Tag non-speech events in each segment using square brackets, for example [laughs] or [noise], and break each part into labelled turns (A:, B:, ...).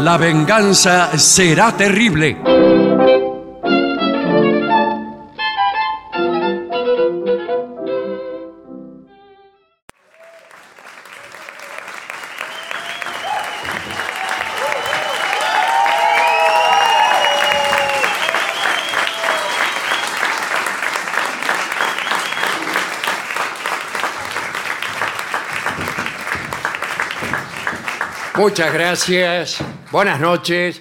A: La venganza será terrible.
B: Muchas gracias. Buenas noches.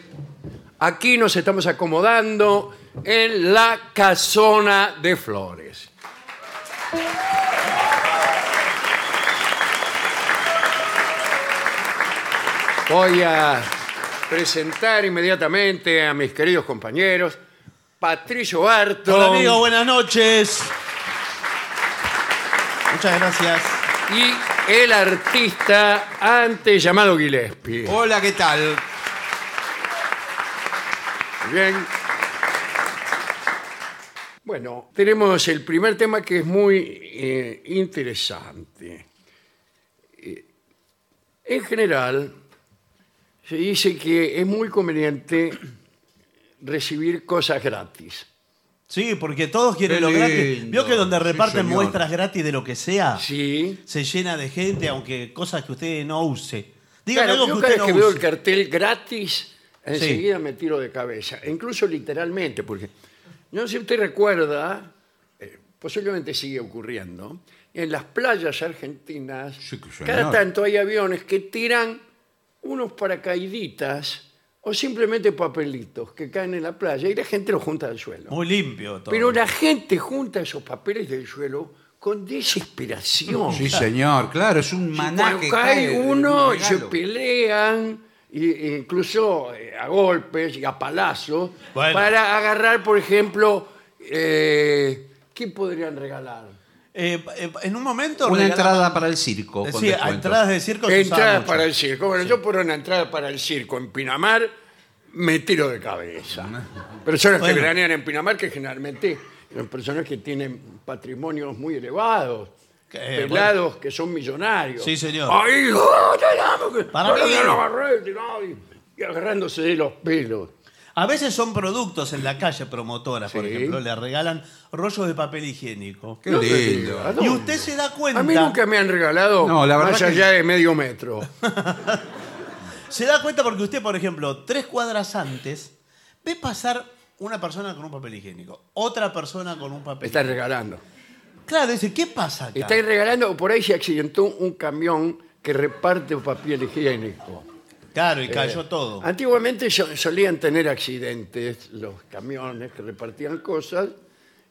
B: Aquí nos estamos acomodando en la casona de flores. Voy a presentar inmediatamente a mis queridos compañeros. Patricio Barton
C: Hola amigo, buenas noches. Muchas gracias.
B: y el artista antes llamado Gillespie.
C: Hola, ¿qué tal?
B: Bien. Bueno, tenemos el primer tema que es muy eh, interesante. Eh, en general, se dice que es muy conveniente recibir cosas gratis.
C: Sí, porque todos quieren
D: Qué
C: lo gratis.
D: lindo.
C: Vio que donde
D: Sí,
C: reparten
D: señor.
C: muestras gratis de lo que sea,
B: Sí.
C: se llena de gente, aunque cosas que usted no use. Dígame
B: Claro,
C: algo
B: yo
C: que
B: cada vez
C: usted no
B: que veo el
C: use.
B: cartel gratis, enseguida me tiro de cabeza. E Incluso literalmente, porque no sé si usted recuerda, eh, posiblemente sigue ocurriendo, en las playas argentinas,
D: Sí, que
B: cada
D: señor.
B: tanto hay aviones que tiran unos paracaíditas o simplemente papelitos que caen en la playa y la gente los junta al suelo.
C: Muy limpio todo.
B: Pero la gente junta esos papeles del suelo con desesperación.
D: Sí, señor, claro, es un maná
B: Cuando
D: que
B: cae
D: cae,
B: uno,
D: un
B: se
D: regalo.
B: pelean, y- e incluso eh, a golpes y a palazos,
C: Bueno.
B: para agarrar, por ejemplo, eh, ¿qué podrían regalar?
C: Eh, eh, en un momento.
D: Una
C: regalaban-
D: entrada para el circo. con
C: Sí,
D: descuento.
C: entradas de circo. se usaban
B: Entradas
C: mucho.
B: para el circo. Bueno, yo por una entrada para el circo en Pinamar me tiro de cabeza. Personas
C: Bueno.
B: que veranean en Pinamar, que generalmente son personas que tienen patrimonios muy elevados.
C: Que, eh,
B: pelados que son millonarios.
C: Sí, señor.
B: ¡Ay, hijo, te amo, que-
C: Para mí.
B: no, no, arrete, no, y- Y agarrándose de los pelos.
C: A veces son productos en la calle promotora, por
B: Sí.
C: ejemplo, le regalan rollos de papel higiénico.
D: Qué
B: No me
D: lindo.
B: diga, no.
C: Y usted se da cuenta.
B: A mí nunca me han regalado
D: No, la verdad
B: más
D: que-
B: allá de medio metro.
C: Se da cuenta porque usted, por ejemplo, tres cuadras antes, ve pasar una persona con un papel higiénico, otra persona con un papel.
B: Está regalando.
C: Claro, dice, ¿qué pasa acá?
B: Está regalando, o por ahí se accidentó un camión que reparte papel higiénico.
C: Claro, y
B: Eh,
C: cayó todo.
B: Antiguamente so- solían tener accidentes los camiones que repartían cosas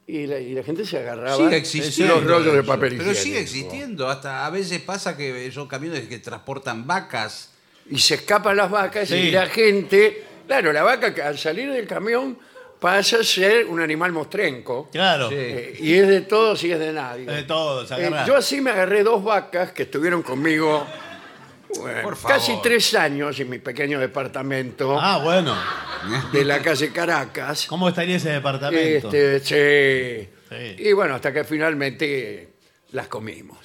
B: y la, y la gente se agarraba
D: Sigue existiendo.
B: los rollos de
D: eso.
B: papel higiénico.
D: Pero sigue existiendo. Hasta a veces pasa que son camiones que transportan vacas.
B: y se escapan las vacas
C: Sí.
B: y la gente, claro, la vaca que al salir del camión pasa a ser un animal mostrenco
C: Claro.
D: Sí.
B: eh, y es de todos y es de nadie.
C: De todos, se
B: Eh,
C: agarra.
B: yo así me agarré dos vacas que estuvieron conmigo eh,
D: Por favor.
B: casi tres años en mi pequeño departamento
C: Ah, bueno.
B: de la calle Caracas.
C: ¿Cómo estaría ese departamento?
B: Este, sí.
C: Sí.
B: Y bueno, hasta que finalmente las comimos.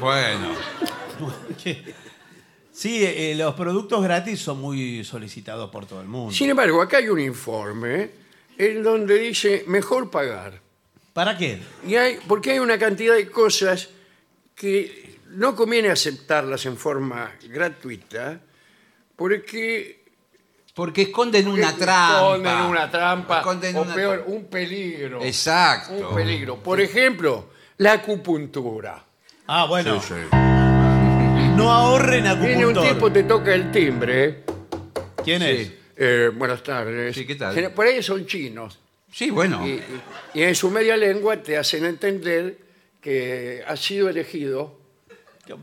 D: Bueno.
C: Sí, eh, los productos gratis son muy solicitados por todo el mundo.
B: Sin embargo, acá hay un informe en donde dice mejor pagar.
C: ¿Para qué?
B: Y hay, porque hay una cantidad de cosas que no conviene aceptarlas en forma gratuita, porque
D: Porque esconden una trampa.
B: esconden una trampa,
D: Esconden
B: o
D: una-
B: peor, un peligro.
D: Exacto.
B: Un peligro. Por ejemplo, la acupuntura.
C: Ah,
D: Sí,
C: bueno.
D: sí.
C: No ahorren
B: Viene un tipo,
C: acupuntor.
B: te toca el timbre.
C: ¿Quién es?
B: eh, buenas tardes.
D: Sí, ¿qué tal?
B: Gen- Por ahí son chinos.
D: Sí, bueno.
B: Y, y- y en su media lengua te hacen entender que has sido elegido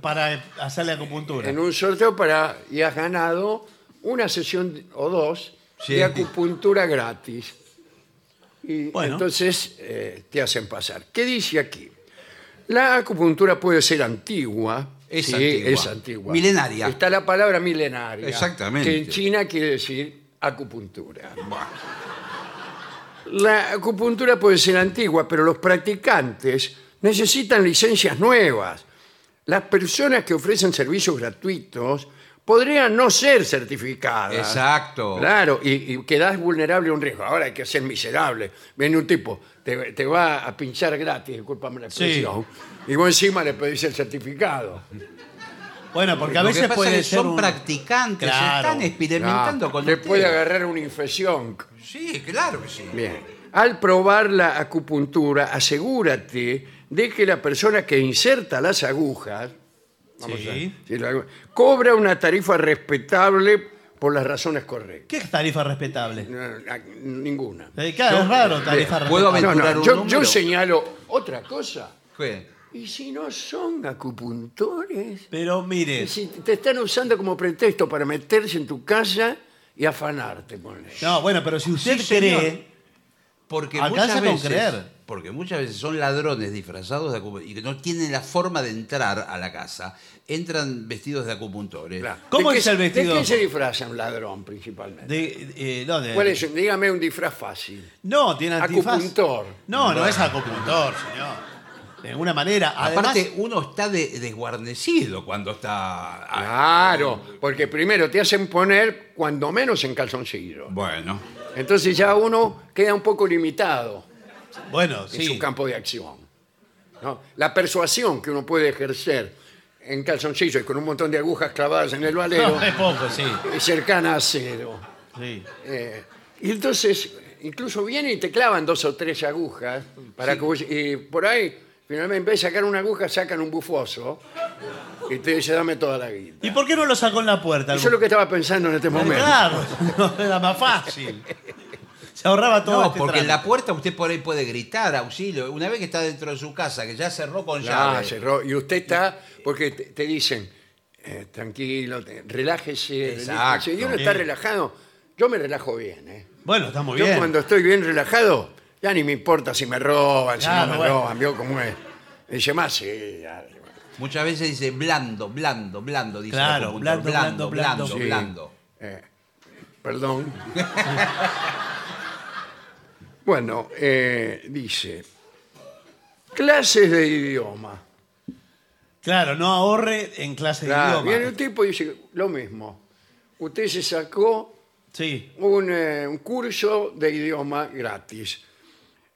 C: Para hacerle acupuntura.
B: en un sorteo para y has ganado una sesión o dos
D: Sí.
B: de acupuntura gratis. Y
C: Bueno.
B: entonces eh, te hacen pasar. ¿Qué dice aquí? La acupuntura puede ser antigua.
D: Es
B: sí,
D: antigua.
B: es antigua.
D: Milenaria.
B: Está la palabra milenaria.
D: Exactamente.
B: Que en China quiere decir acupuntura. La acupuntura puede ser antigua, pero los practicantes necesitan licencias nuevas. Las personas que ofrecen servicios gratuitos podrían no ser certificadas.
D: Exacto.
B: Claro, y, y quedás vulnerable a un riesgo. Ahora hay que ser miserable. Viene un tipo, te, te va a pinchar gratis, discúlpame la
C: Sí.
B: expresión, y vos encima le pedís el certificado.
C: Bueno, porque a
D: Lo que
C: veces
D: pasa
C: puede
D: es que
C: ser
D: son
C: un-
D: practicantes,
C: Claro.
D: están experimentando
B: Ah,
D: con
B: te
D: usted.
B: puede agarrar una infección.
D: Sí, claro que sí.
B: Bien. Al probar la acupuntura, asegúrate de que la persona que inserta las agujas vamos
C: Sí.
B: a- sí, la aguja, cobra una tarifa respetable por las razones correctas.
C: ¿Qué tarifa respetable?
B: No, no, ninguna.
C: Eh, Claro, es raro tarifa
D: Bien, puedo
C: respetable.
B: No,
D: aventurar
B: no,
D: un
B: yo,
D: número?
B: yo señalo otra cosa.
D: ¿Qué?
B: ¿Y si no son acupuntores?
C: Pero mire,
B: ¿Y si te están usando como pretexto para meterse en tu casa y afanarte? ponle?
C: no, bueno, pero si usted
D: Sí, señor.
C: cree,
D: Porque
C: Alcanza
D: muchas
C: con
D: veces,
C: creer.
D: Porque muchas veces son ladrones disfrazados de acupu- y que no tienen la forma de entrar a la casa. Entran vestidos de acupuntores.
B: Claro.
C: ¿Cómo
B: ¿De qué
C: es el
B: se-
C: vestido?
B: ¿De qué se disfraza un ladrón principalmente?
C: de- eh, no, de-
B: ¿Cuál es? Dígame un disfraz fácil.
C: no, tiene antifaz.
B: Acupuntor.
C: No, no es acupuntor, señor. De alguna manera, además,
D: Aparte, uno está de- desguarnecido cuando está.
C: Ah.
B: Claro, porque primero te hacen poner cuando menos en calzoncillo.
D: Bueno.
B: Entonces ya uno queda un poco limitado
C: bueno,
B: en su
C: sí.
B: campo de acción. ¿no? La persuasión que uno puede ejercer en calzoncillo y con un montón de agujas clavadas en el valero
C: [laughs] No, es poco, sí.
B: es cercana a cero.
C: sí.
B: Eh, y entonces, incluso vienen y te clavan dos o tres agujas para que vos- y por ahí, finalmente, en vez de sacar una aguja, sacan un bufoso y te dice, dame toda la guita.
C: ¿Y por qué no lo sacó en la puerta?
B: Eso es lo que estaba pensando en este momento.
C: Claro, [laughs] no, era más fácil. Se ahorraba todo
D: No,
C: este
D: porque en la
C: trámite.
D: puerta usted por ahí puede gritar auxilio. Una vez que está dentro de su casa, que ya cerró con
B: Ya,
D: llave.
B: cerró. Y usted está, porque te, te dicen, eh, tranquilo, te- relájese.
D: Exacto.
B: relájese. Y uno está
C: Sí.
B: relajado. Yo me relajo bien, ¿eh?
C: Bueno, está muy
B: Yo
C: bien.
B: cuando estoy bien relajado, ya ni me importa si me roban, si
C: Claro,
B: no me
C: bueno.
B: roban, vio cómo es. Y dice más, sí, ya,
D: Muchas veces dice blando, blando, blando. Dice el
C: Claro,
D: acupuntor,
C: blando, blando, blando.
B: sí,
D: blando.
B: eh,
C: [laughs]
B: perdón. bueno, eh, dice, clases de idioma.
C: Claro, no ahorre en clase
B: Claro,
C: de
B: viene un
C: idioma.
B: tipo y dice lo mismo. Usted se sacó
C: Sí.
B: un, eh, un curso de idioma gratis.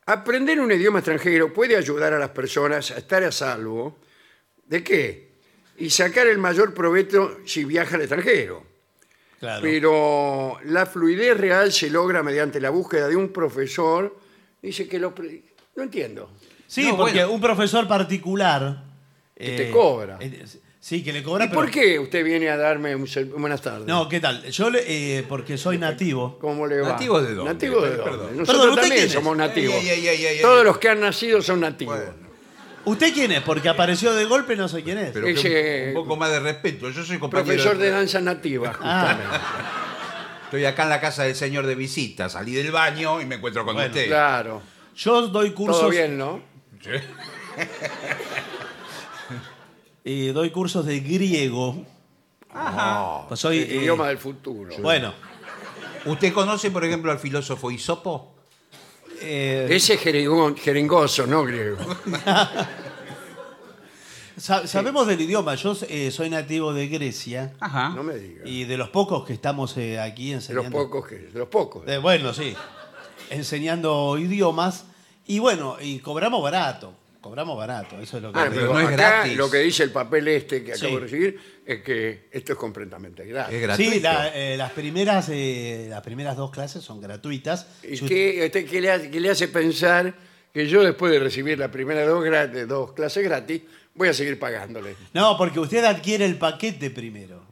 B: Aprender un idioma extranjero puede ayudar a las personas a estar a salvo. ¿De qué? Y sacar el mayor provecho si viaja al extranjero.
C: Claro.
B: Pero la fluidez real se logra mediante la búsqueda de un profesor. Dice que lo... pre- No entiendo.
C: Sí,
D: No,
C: porque
D: bueno.
C: un profesor particular.
B: Que te cobra.
C: eh, sí, que le cobra.
B: ¿Y
C: pero-
B: por qué usted viene a darme un... ser- Buenas tardes?
C: No, ¿qué tal? Yo, le- eh, porque soy nativo.
B: ¿Cómo le va?
D: ¿Nativos de dónde?
B: Nativos de
D: Perdón.
B: dónde.
D: Perdón,
B: Nosotros
C: ¿usted quién
B: también
C: es?
B: somos nativos.
D: Ey, ey, ey, ey, ey.
B: Todos los que han nacido son nativos.
C: ¿Usted quién es? Porque apareció de golpe, no sé quién es.
D: Pero que
B: Ese-
D: un poco más de respeto. Yo soy compañero.
B: Profesor de danza nativa, justamente.
D: Estoy acá en la casa del señor de visita. Salí del baño y me encuentro con
C: Bueno,
D: usted.
B: Claro.
C: Yo doy
B: Todo
C: cursos.
B: bien, ¿no?
C: [laughs] y eh, doy cursos de griego.
B: Ajá.
C: Pues soy,
B: El
C: eh,
B: idioma del futuro.
C: Bueno.
D: [laughs] ¿Usted conoce, por ejemplo, al filósofo Isopo?
C: eh,
B: Ese es jeringón- jeringoso, ¿no, griego?
C: sa- sabemos del idioma. Yo eh, soy nativo de Grecia.
D: Ajá.
B: No me digas.
C: Y de los pocos que estamos eh, aquí
B: De los
C: enseñando.
B: pocos que... De los pocos.
C: Eh, bueno, sí. Enseñando idiomas. Y bueno, y cobramos barato. Cobramos barato. Eso es lo que.
B: Ah,
C: digo.
D: pero no es
B: acá
D: gratis.
B: lo que dice el papel este que
C: Sí.
B: acabo de recibir es que esto es completamente gratis.
D: Es gratuito.
C: Sí, la- eh, las, primeras, eh, las primeras dos clases son gratuitas.
B: ¿Y
C: Si
B: qué, este, qué le, hace- qué le hace pensar que yo después de recibir la primera dos, gratis- dos clases gratis, voy a seguir pagándole?
C: usted- No, porque usted adquiere el paquete primero.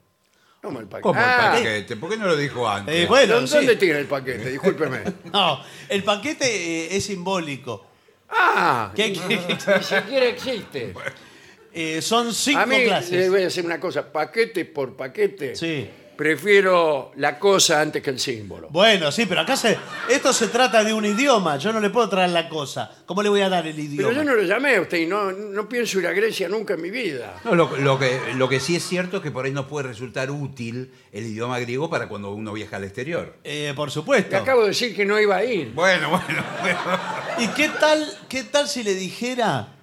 B: No, mal paquete.
D: ¿Cómo
B: Ah,
D: el paquete? ¿Por qué no lo dijo antes?
C: Eh, bueno,
B: ¿dó- ¿Dónde
C: sí.
B: tiene el paquete? Discúlpeme.
C: No, el paquete eh, es simbólico.
B: Ah,
C: ¿Qué- qué-
B: [laughs] ni siquiera existe.
C: eh, son cinco
B: A mí le
C: clases.
B: voy a decir una cosa, paquete por paquete.
C: Sí.
B: Prefiero la cosa antes que el símbolo.
C: Bueno, sí, pero acá se, esto se trata de un idioma. Yo no le puedo traer la cosa. ¿Cómo le voy a dar el idioma?
B: Pero yo no lo llamé a usted y no, no pienso ir a Grecia nunca en mi vida.
D: No, lo, lo que, lo que sí es cierto es que por ahí nos puede resultar útil el idioma griego para cuando uno viaja al exterior.
C: Eh, por
B: Te
C: supuesto.
B: acabo de decir que no iba a ir.
D: Bueno, bueno, bueno.
C: ¿Y qué tal, qué tal si le dijera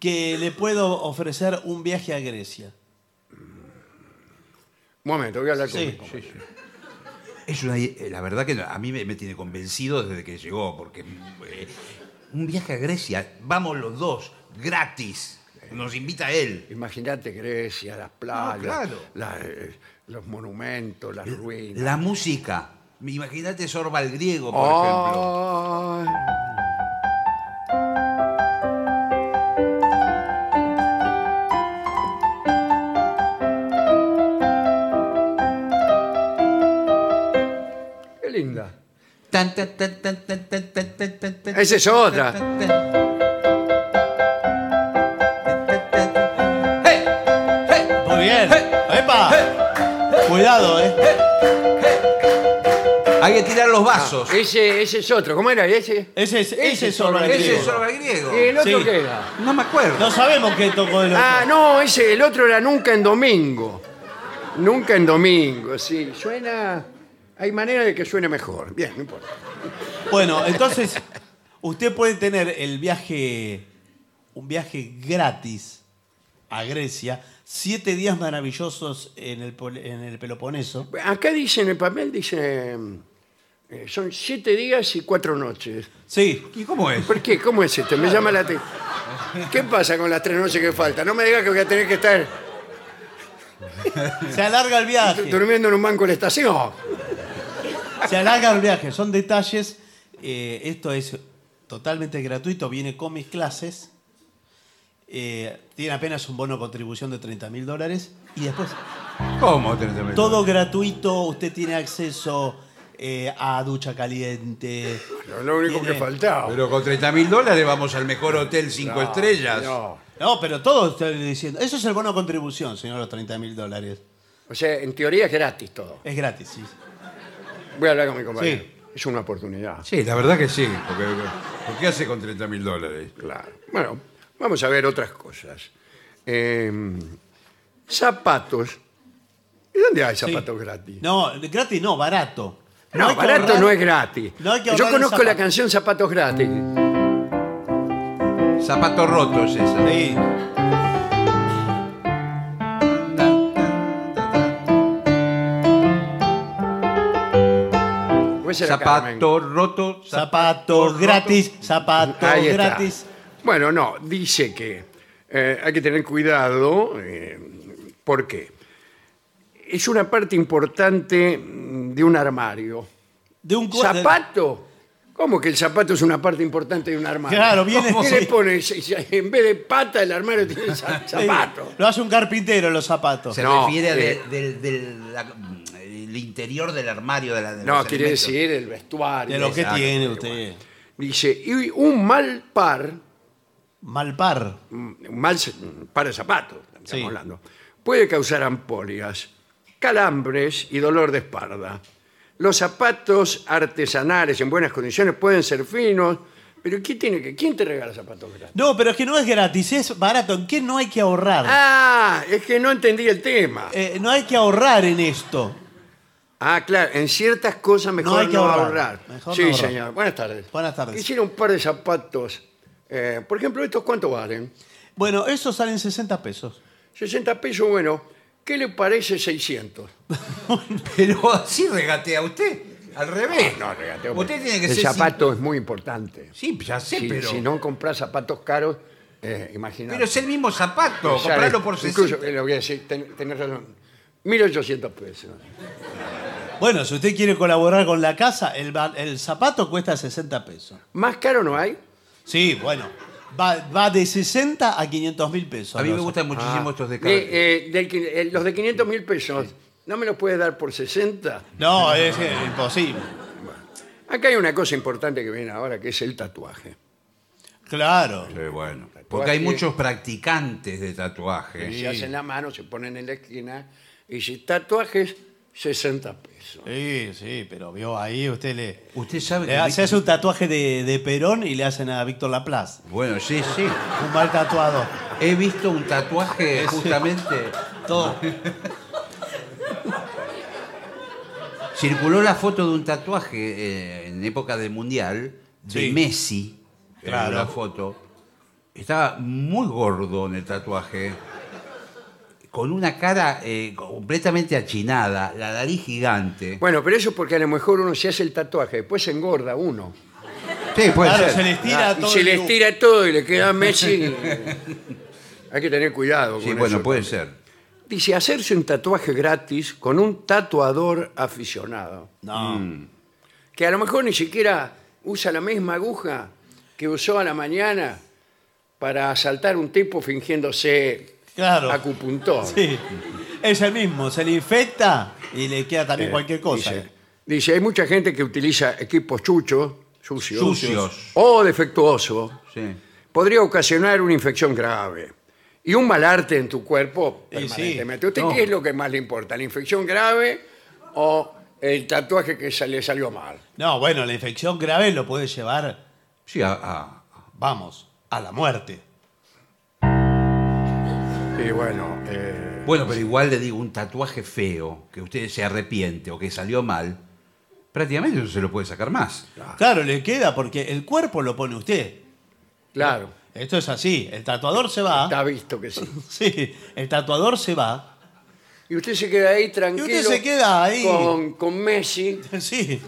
C: que le puedo ofrecer un viaje a Grecia?
B: momento, voy a hablar con
C: Sí.
B: mi compañero.
D: Es una, eh, la verdad que no, a mí me, me tiene convencido desde que llegó, porque eh, un viaje a Grecia, vamos los dos, gratis, nos invita él.
B: Imagínate Grecia, las playas,
D: claro.
B: la- eh, los monumentos,
C: Eh,
B: las ruinas.
D: La música, imagínate Sorba el griego, por
B: Oh.
D: ejemplo.
B: Ay. Qué linda.
D: Tan, tan, tan, tan, tan, tan, tan, tan, tan, tan.
B: Esa es otra.
D: Tan, tan, tan. Tan, tan, tan. ¡Hey! ¡Hey!
C: Muy bien. ¡Epa! Cuidado, ¿eh?
D: Hay que tirar los vasos.
B: Ese, ese es otro. ¿Cómo era ese?
C: Ese es, ese es
B: Ah, Sorba
C: Sorba
B: el
C: el
D: Ese es
C: Griego.
D: Sorba el griego.
B: ¿Y el otro
C: Sí.
B: qué era?
D: No me acuerdo.
C: No sabemos qué tocó el otro.
B: Ah, no, ese, el otro era Nunca en Domingo. Nunca en Domingo, sí. Suena... Hay manera de que suene mejor. Bien, no importa.
C: Bueno, entonces, usted puede tener el viaje, un viaje gratis a Grecia, siete días maravillosos en el, Pol- en el Peloponeso.
B: Acá dice, en el papel dice... eh, son siete días y cuatro noches.
C: Sí,
D: ¿Y cómo es?
B: ¿Por qué? ¿Cómo es esto? Me llama la atención. ¿Qué pasa con las tres noches que faltan? No me digas que voy a tener que estar
C: se alarga el viaje,
B: durmiendo en un banco de la estación.
C: se alarga el viaje. Son detalles, eh, esto es totalmente gratuito, viene con mis clases, eh, tiene apenas un bono de contribución de 30 mil dólares y después
D: ¿Cómo? 30 minutos?
C: Todo gratuito, usted tiene acceso eh, a ducha caliente.
B: Bueno, lo único que
C: Tiene-
B: faltaba.
D: Oh. Pero con 30 mil dólares vamos al mejor hotel cinco estrellas.
B: No.
C: No, pero todo estoy diciendo. Eso es el bono contribución, señor, los 30 mil dólares.
B: O sea, en teoría es gratis todo.
C: Es gratis, sí.
B: Voy a hablar con mi compañero.
C: Sí.
B: Es una oportunidad.
D: Sí, la verdad que sí. Porque, ¿por qué hace con 30 mil dólares?
B: Claro. Bueno, vamos a ver otras cosas. Eh, zapatos. ¿Y dónde hay
C: Sí.
B: zapatos gratis?
C: No, gratis no, barato.
B: No,
C: hay que
B: barato
C: ahorrar-
B: no es gratis.
C: No hay que ahorrar
B: Yo
C: en
B: conozco la
C: zapatos.
B: canción Zapatos Gratis.
D: Zapatos rotos esa.
C: Sí.
B: ¿O esa era Carmen?
D: Zapato roto. zap-
C: Zapatos gratis, zapatos
B: Ahí está.
C: gratis.
B: Bueno, no, dice que eh, hay que tener cuidado. eh, ¿Por qué? Es una parte importante mm, de un armario.
C: De un cu-
B: ¿Zapato? ¿Cómo que el zapato es una parte importante de un armario?
C: Claro, viene-
B: ¿Qué le
C: sí.
B: pones? En vez de pata, el armario
C: [laughs]
B: tiene za-
C: de-
B: zapato.
C: Lo hace un carpintero los zapatos.
D: Se
B: No,
D: refiere al
B: eh.
D: interior del armario de la de
B: No,
D: los
B: quiere
D: elementos.
B: decir el vestuario.
C: De lo que
D: Exacto,
C: tiene usted.
B: Dice, y un mal par,
C: Malpar.
B: mm, un mal z- par de zapatos, estamos
C: Sí.
B: hablando, puede causar ampollas, calambres y dolor de espalda. Los zapatos artesanales en buenas condiciones pueden ser finos, pero ¿quién, tiene que, ¿quién te regala zapatos gratis?
C: No, pero es que no es gratis, es barato. ¿En qué no hay que ahorrar?
B: Ah, es que no entendí el tema.
C: Eh, no hay que ahorrar en esto.
B: Ah, claro, en ciertas cosas mejor no,
C: hay que ahorrar.
B: ahorrar.
C: Mejor
B: sí,
C: no ahorrar.
B: señor. Buenas tardes.
C: Buenas tardes.
B: Quisiera un par de zapatos. eh, por ejemplo, ¿estos cuánto valen?
C: Bueno, esos salen 60 pesos.
B: 60 pesos, bueno, ¿qué le parece 600?
D: [laughs] Pero así regatea usted. Al revés.
B: Ah, No, regateo,
D: Usted
B: porque
D: tiene que
B: El
D: ser.
B: zapato es muy importante.
D: Sí, ya sé,
B: si,
D: pero.
B: si no compras zapatos caros, eh, imagínate.
D: Pero es el mismo zapato.
B: Sale-
D: Comprarlo por 60.
B: Incluso, eh, lo voy a decir, ten- tenés razón. 1.800 pesos.
C: Bueno, si usted quiere colaborar con la casa, el, ba- el zapato cuesta 60 pesos.
B: ¿Más caro no hay?
C: Sí, bueno. Va, va de 60 a 500 mil pesos.
D: A mí me
C: los-
D: gustan muchísimo estos de carne.
B: Ah, De- eh, del qui- eh, los de 500 mil pesos, ¿no me los puedes dar por 60?
C: No, es eh, imposible.
B: Acá hay una cosa importante que viene ahora, que es el tatuaje.
C: Claro.
D: Sí, bueno. Porque hay muchos practicantes de tatuaje.
B: Se hacen la mano, se ponen en la esquina y si tatuajes, 60 pesos.
C: Sí, sí, pero vio ahí, usted le.
D: Usted sabe
C: le
D: que.
C: hace, hace un tatuaje de, de Perón y le hacen a Víctor Laplace.
D: Bueno, sí, sí.
C: Un mal tatuado.
D: He visto un tatuaje justamente.
C: Todo.
D: Circuló la foto de un tatuaje eh, en época del Mundial de
C: Sí.
D: Messi.
C: Claro.
D: Claro. La foto. Estaba muy gordo en el tatuaje. con una cara eh, completamente achinada, la nariz gigante.
B: Bueno, pero eso es porque a lo mejor uno se hace el tatuaje, después se engorda uno.
D: Sí, puede
C: Claro,
D: ser.
C: se les tira
B: Ah, Y
C: todo.
B: se
C: el
B: le
C: dibujo.
B: estira todo y le queda a Messi. [laughs] Hay que tener cuidado con
D: Sí,
B: eso
D: bueno, puede
B: también.
D: ser.
B: Dice, hacerse un tatuaje gratis con un tatuador aficionado.
C: No.
B: Mm. Que a lo mejor ni siquiera usa la misma aguja que usó a la mañana para asaltar un tipo fingiéndose
C: Claro.
B: Ah, acupuntor.
C: Sí. Es el mismo, se le infecta y le queda también cualquier cosa. eh.
B: Dice, dice, hay mucha gente que utiliza equipos chuchos, sucios,
D: Sucios.
B: o defectuosos.
D: Sí.
B: Podría ocasionar una infección grave y un mal arte en tu cuerpo
C: Y sí.
B: permanentemente. ¿Usted
D: No.
B: qué es lo que más le importa? ¿La infección grave o el tatuaje que sa- le salió mal?
C: No, bueno, la infección grave lo puede llevar,
D: Sí, ah, a- a-
C: vamos, a la muerte.
B: Y bueno, eh,
D: Bueno, pero igual le digo, un tatuaje feo, que usted se arrepiente o que salió mal, prácticamente no se lo puede sacar más.
B: Ah.
C: Claro, le queda porque el cuerpo lo pone usted.
B: claro,
C: Esto es así. El tatuador se va.
B: está visto que sí.
C: [laughs] Sí, el tatuador se va. [laughs]
B: Y usted se queda ahí tranquilo.
C: se queda ahí.
B: Con, con Messi.
C: Sí.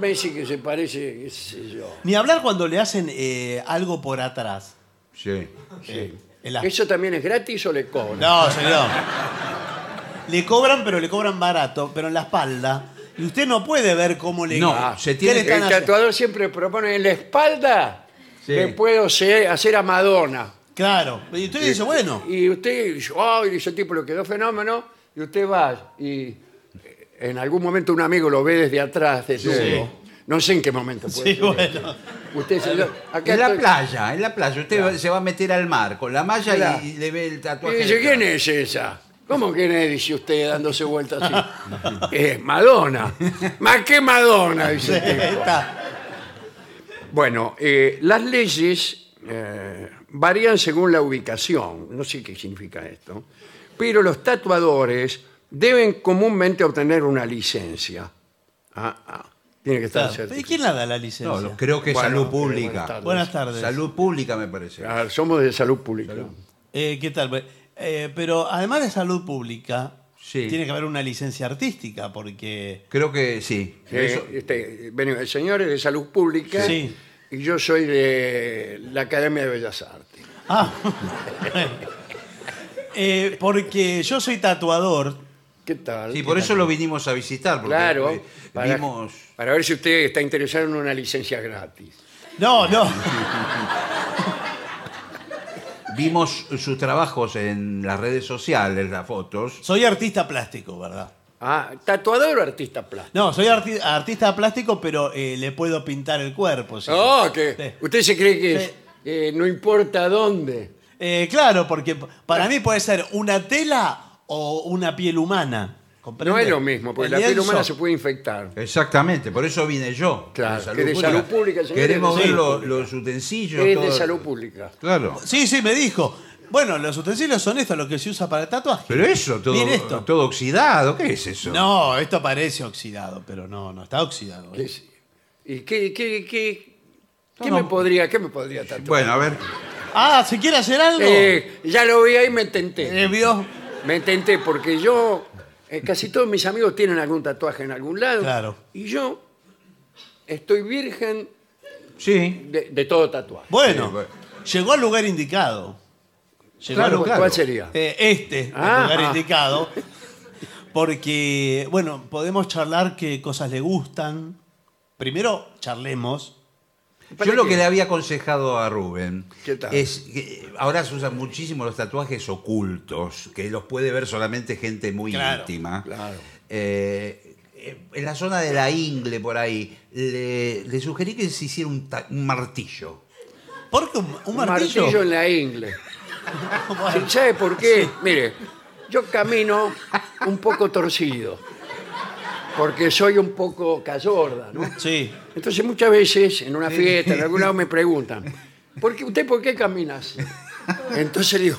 B: Messi que se parece, qué sé yo.
C: Ni hablar cuando le hacen eh, algo por atrás.
D: Sí.
C: Eh, el as-
B: ¿Eso también es gratis o le cobran?
C: No, señor. Le cobran, pero le cobran barato, pero en la espalda. Y usted no puede ver cómo le. Ah,
D: No,
C: ¿Qué
D: se tiene
C: le
D: que-
C: están
B: El
C: haciendo?
B: tatuador siempre propone en la espalda
D: Sí.
B: le puedo se- hacer a Madonna.
C: Claro. Y usted dice, bueno,
B: Y usted dice, oh, y ese tipo le quedó fenómeno. Y usted va y eh, en algún momento un amigo lo ve desde atrás de todo. No sé en qué momento puede
C: [laughs] sí,
B: ser.
C: bueno.
B: Usted se lo- acá
D: En la
B: estoy-
D: playa, en la playa. Usted va- se va a meter al mar con la malla y-
B: Claro.
D: y, le ve el
B: Y
D: tatuaje.
B: dice,
D: detrás.
B: ¿quién es esa? ¿Cómo quién es? Dice usted dándose vueltas así. [laughs] es Madonna. ¿Más que Madonna? Dice el tipo.
C: Está.
B: Bueno, eh, las leyes eh, varían según la ubicación, no sé qué significa esto, pero los tatuadores deben comúnmente obtener una licencia. Ah, ah, tiene que estar
C: Claro. ¿Y
B: certificado.
C: quién la da la licencia?
D: No, lo- creo que es
B: Bueno,
D: salud
B: pero buenas
D: pública.
B: tardes.
C: Buenas tardes.
D: Salud pública me parece.
B: Ah, Somos de salud pública.
C: Eh, ¿Qué tal? Eh, pero además de salud pública,
D: Sí.
C: tiene que haber una licencia artística,
D: [laughs]
C: porque.
D: Creo que sí.
B: Eh,
D: Eso-
B: este, venimos, el señor es de salud pública
C: Sí.
B: y yo soy de la Academia de Bellas Artes.
C: Ah. Eh, porque yo soy tatuador.
B: ¿Qué tal?
D: sí, por eso lo vinimos a visitar. Porque
B: Claro,
D: eh,
B: para,
D: vimos.
B: para ver si usted está interesado en una licencia gratis.
C: No, no.
D: Vimos sus trabajos en las redes sociales, las fotos.
C: Soy artista plástico, ¿verdad?
B: Ah, ¿Tatuador o artista plástico?
C: No, soy arti- artista plástico, pero eh, le puedo pintar el cuerpo. sí.
B: No, Oh, que
C: Sí.
B: usted se cree que
C: Sí.
B: es- que no importa dónde.
C: Eh, claro, porque p- para mí puede ser una tela o una piel humana. ¿comprende?
B: No es lo mismo, porque
C: El
B: la piel
C: lienzo.
B: humana se puede infectar.
D: Exactamente, por eso vine yo.
B: Claro,
D: de
B: que de salud pública, señor,
D: Queremos
B: es de
D: ver
B: salud
D: lo-
B: pública.
D: los utensilios.
B: Es de
D: todo.
B: salud pública.
D: Claro.
C: Sí, sí, me dijo. Bueno, los utensilios son estos, los que se usa para el tatuaje.
D: Pero eso, todo,
C: Mire esto.
D: todo oxidado, ¿qué es eso?
C: No, esto parece oxidado, pero no, no está oxidado. ¿eh?
B: Es- ¿Y qué, qué, qué, qué
D: No,
B: me
D: no.
B: podría, qué me podría tatuar?
D: Bueno, a ver.
C: Ah, ¿se quiere hacer algo?
B: Eh, ya lo vi ahí y me tenté.
C: Eh, ¿Vio?
B: Me tenté porque yo, eh, casi todos mis amigos tienen algún tatuaje en algún lado.
C: Claro.
B: Y yo estoy virgen
D: Sí.
B: de, de todo tatuaje.
C: Bueno,
D: Sí, Eh, bueno.
C: llegó al lugar indicado. Llegó al
D: Claro,
C: lugar-
B: ¿Cuál- ¿Cuál
D: claro.
B: sería?
C: Eh, este,
B: Ah.
C: el lugar indicado. Porque, bueno, podemos charlar qué cosas le gustan. Primero, charlemos.
D: Yo lo
B: qué?
D: que le había aconsejado a Rubén
B: ¿Qué tal?
D: es que ahora se usan muchísimo los tatuajes ocultos, que los puede ver solamente gente muy
C: Claro,
D: íntima.
B: claro.
D: Eh, eh, en la zona de la ingle, por ahí, le, le sugerí que se hiciera un, ta- un martillo.
C: Porque un, un
B: Un
C: martillo.
B: en la ingle. Sí, ¿Sabe por qué? Mire, yo camino un poco torcido, porque soy un poco cazorda, ¿no?
C: Sí.
B: Entonces muchas veces en una fiesta, en algún lado me preguntan, ¿por qué, ¿usted por qué caminas? Entonces digo,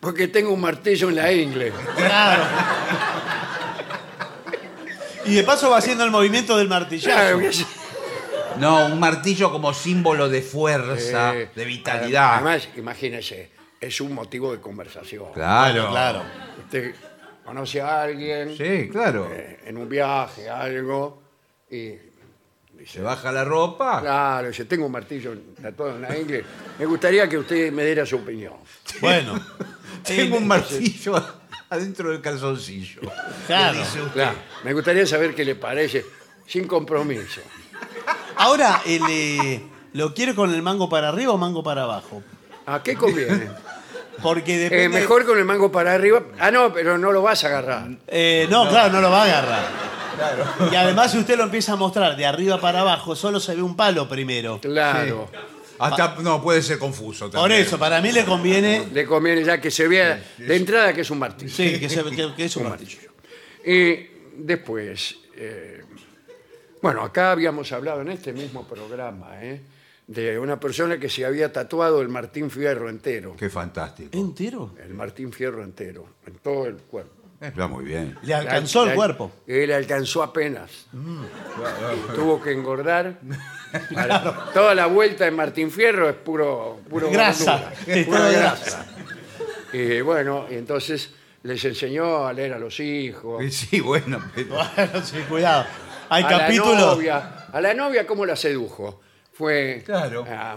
B: porque tengo un martillo en la ingle.
C: Claro. Y de paso va haciendo el movimiento del
B: Claro,
C: martillazo.
B: voy a hacer-
D: No, un martillo como símbolo de fuerza,
B: eh,
D: de vitalidad.
B: Además, imagínese, es un motivo de conversación.
D: Claro.
C: Claro.
B: Usted conoce a alguien
D: Sí, claro.
B: eh, en un viaje, algo, y
D: Se baja la ropa.
B: claro, dice, tengo un martillo tatuado en la ingle, me gustaría que usted me diera su opinión.
C: Bueno.
D: Tengo
C: Eh,
D: un martillo [laughs] adentro del calzoncillo.
C: Claro.
B: Claro, me gustaría saber qué le parece, sin compromiso.
C: Ahora, el, eh, ¿lo quiere con el mango para arriba o mango para abajo?
B: ¿A qué conviene?
C: Porque
B: Eh,
C: depende.
B: mejor con el mango para arriba. Ah, no, pero no lo vas a agarrar.
C: Eh, no, claro, no lo va a agarrar. Y además, si usted lo empieza a mostrar de arriba para abajo, solo se ve un palo primero.
B: Claro.
D: Hasta, no, puede ser confuso
C: Por
D: también.
C: eso, para mí le conviene.
B: Le conviene ya que se vea de entrada que es un martillo.
C: Sí, que, se, que- que es un martillo.
B: Y después, eh, bueno, acá habíamos hablado en este mismo programa ¿eh? de una persona que se había tatuado el Martín Fierro entero.
D: Qué fantástico.
C: ¿Entero?
B: El Martín Fierro entero, en todo el cuerpo.
D: Está muy bien.
C: Le alcanzó el
B: Le-
C: cuerpo. [laughs]
B: Él alcanzó apenas. Y Tuvo que engordar. Ahora, Toda la vuelta en Martín Fierro es puro, puro
C: Grasa.
B: gordura,
C: [laughs] Es
B: pura
C: todo
B: grasa. Y bueno, y entonces les enseñó a leer a los hijos.
D: Sí, bueno. pero-
C: Bueno, sí, cuidado. Hay
B: a La
C: capítulos.
B: novia, a la novia, ¿cómo la sedujo? Fue.
D: Claro.
B: ah,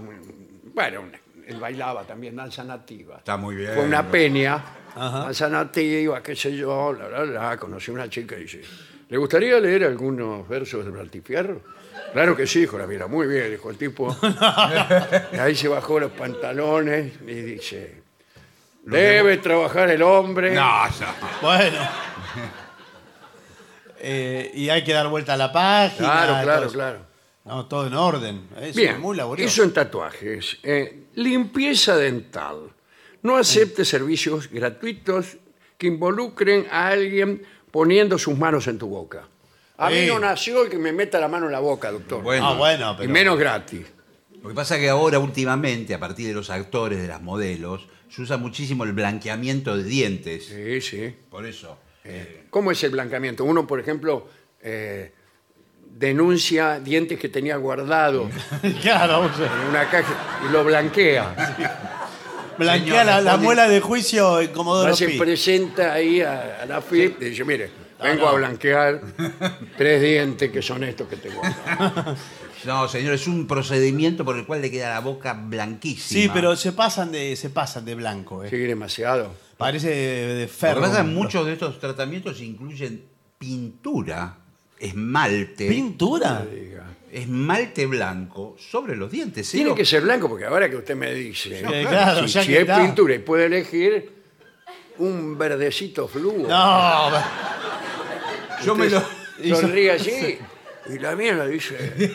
B: bueno, una- él bailaba también danza nativa.
D: Está muy bien.
B: Fue una peña,
C: Ajá.
B: danza nativa, qué sé yo, la, la, la. Conocí a una chica y dice: ¿Le gustaría leer algunos versos del Baltifierro? Claro que sí, hijo, la mira, muy bien, dijo el
D: [laughs]
B: tipo. Y ahí se bajó los pantalones y dice: Debe trabajar el hombre.
D: No, no.
C: Bueno. Eh, y hay que dar vuelta a la página.
D: Ah,
B: claro, claro,
C: todo-
B: claro.
C: No, todo en orden. Eso es
B: Bien,
C: muy laborioso.
B: eso en tatuajes. Eh, limpieza dental. No acepte servicios gratuitos que involucren a alguien poniendo sus manos en tu boca. A mí
C: Sí.
B: no nació el que me meta la mano en la boca, doctor.
D: Bueno.
C: Ah, bueno,
B: y
C: pero.
B: menos gratis.
D: Lo que pasa es que ahora, últimamente, a partir de los actores, de las modelos, se usa muchísimo el blanqueamiento de dientes.
B: Sí, sí.
D: Por eso. eh,
B: ¿Cómo es el blanqueamiento? Uno, por ejemplo, eh, denuncia dientes que tenía guardados
C: [laughs] Claro, o sea,
B: en una caja y lo blanquea.
C: Blanquea
D: Señor,
C: la, la
D: responde-
C: muela de juicio en Comodoro
B: Va, se
C: Pi.
B: presenta ahí a, a la FIP y dice, mire, vengo a blanquear tres dientes que son estos que te guardan.
D: no, señor, es un procedimiento por el cual le queda la boca blanquísima.
C: Sí, pero se pasan de, se pasan de blanco. eh.
B: Sí, demasiado.
C: Parece de, de
D: Lo
C: ferro.
D: que pasa es que muchos de estos tratamientos incluyen pintura, esmalte.
C: ¿Pintura?
D: esmalte blanco sobre los dientes. ¿sí?
B: Tiene
D: Lo-
B: que ser blanco porque ahora que usted me dice,
C: Eh, claro,
B: si,
C: ya
B: si
C: que
B: es
C: está.
B: pintura y puede elegir un verdecito fluo,
C: No,
D: Yo me lo.
B: sonríe así y la mierda dice,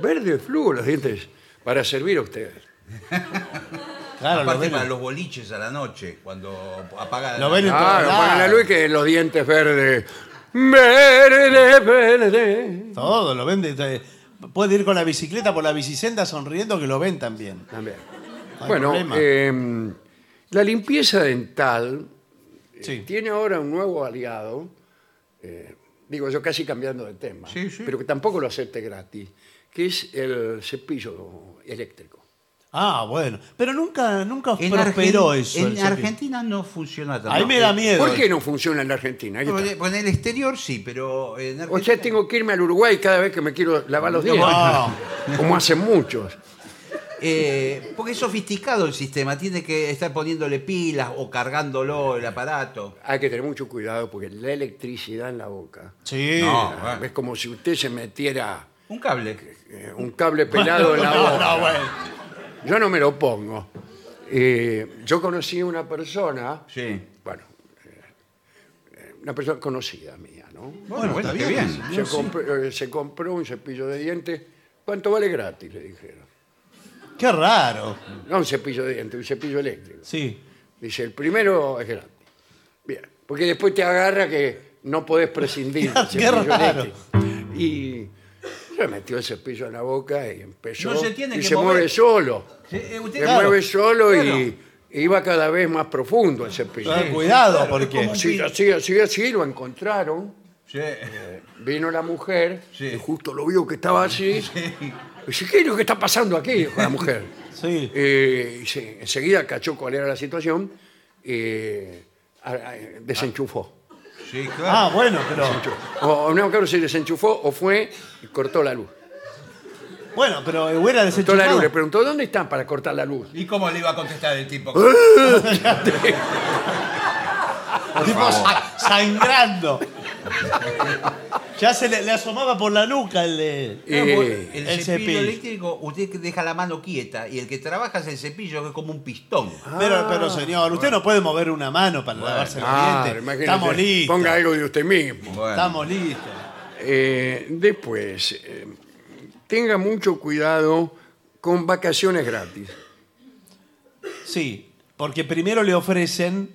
B: verde fluo los dientes para servir a ustedes.
C: claro, lo
D: aparte
C: ven,
D: para los boliches a la noche, cuando apaga
C: Lo ven en-
B: Claro,
C: todos
B: para la
C: lados.
B: luz que los dientes verdes. Verde, verde.
C: todo, lo ven. de- de- puede ir con la bicicleta por la bicicenda sonriendo que lo ven también.
B: También.
C: No hay
B: bueno,
C: problema.
B: eh, la limpieza dental eh,
C: Sí.
B: tiene ahora un nuevo aliado, eh, digo yo casi cambiando de tema,
D: Sí, sí.
B: pero que tampoco lo acepte gratis, que es el cepillo eléctrico.
C: Ah, bueno. Pero nunca, nunca
D: En
C: prosperó
D: Argen-
C: eso.
D: En
C: el cepillo.
D: Argentina no funciona tanto. Eh,
C: Ahí me da miedo.
B: ¿Por qué no funciona en la Argentina? Ahí está.
D: Bueno, en el exterior sí, pero en
B: O
D: Argentina.
B: sea, tengo que irme al Uruguay cada vez que me quiero lavar los dientes,
C: este- No.
B: como hacen muchos.
D: Eh, porque es sofisticado el sistema, tiene que estar poniéndole pilas o cargándolo el aparato.
B: Hay que tener mucho cuidado porque la electricidad en la boca
C: Sí.
D: No,
C: Ah.
D: bueno.
B: es como si usted se metiera
D: Un cable.
B: eh, un cable pelado en la
C: No,
B: boca.
C: no, bueno.
B: Yo no me lo pongo. Eh, yo conocí una persona,
D: Sí.
B: bueno, eh, una persona conocida mía, ¿no?
D: Bueno, bueno,
C: está
D: qué
C: bien.
D: bien.
B: Se, compró, eh, se compró un cepillo de dientes. ¿Cuánto vale gratis? Le dijeron.
C: Qué raro.
B: No un cepillo de dientes, un cepillo eléctrico.
C: Sí.
B: Dice, el primero es gratis. Bien, porque después te agarra que no podés
D: [laughs]
B: prescindir del
C: Qué
B: cepillo
C: raro.
B: eléctrico. Y se metió el cepillo en la boca y empezó.
D: No se tiene
B: y
D: que
B: se
D: mover.
B: mueve solo.
D: Sí, eh, usted-
B: Se
C: Claro.
B: mueve solo
D: Claro.
B: y iba cada vez más profundo el cepillo.
C: Ah, cuidado,
D: claro, es
C: porque.
D: como-
B: Sí, así, así, así, lo encontraron.
D: Sí.
B: eh, Vino la mujer,
D: Sí. [laughs]
B: y justo lo vio que estaba así, Dice, ¿qué es lo que está pasando aquí? Dijo la mujer.
C: Sí.
B: Eh, y se- enseguida cachó cuál era la situación eh, a- a- desenchufó.
D: Sí,
C: Ah,
D: claro.
C: bueno, pero.
B: O, o no, claro, se desenchufó o fue y cortó la luz.
C: Bueno, pero hubiera
B: Cortó la luz, le
C: desenchufado.
B: preguntó, ¿dónde están para cortar la luz?
E: ¿Y cómo le iba a contestar el tipo?
C: Tipo sa- sangrando. ya se le, le asomaba por la nuca el. eh,
B: Eh,
D: el,
C: el
D: cepillo,
C: cepillo.
D: eléctrico, usted que deja la mano quieta y el que trabaja es el cepillo, que es como un pistón.
C: Pero, pero señor, usted no puede mover una mano para lavarse los
B: Claro,
C: dientes.
B: imagínese,
C: Estamos listos.
B: Ah, Ponga algo de usted mismo.
E: Bueno.
C: Estamos listos.
B: Eh, después, eh, tenga mucho cuidado con vacaciones gratis.
C: Sí, porque primero le ofrecen,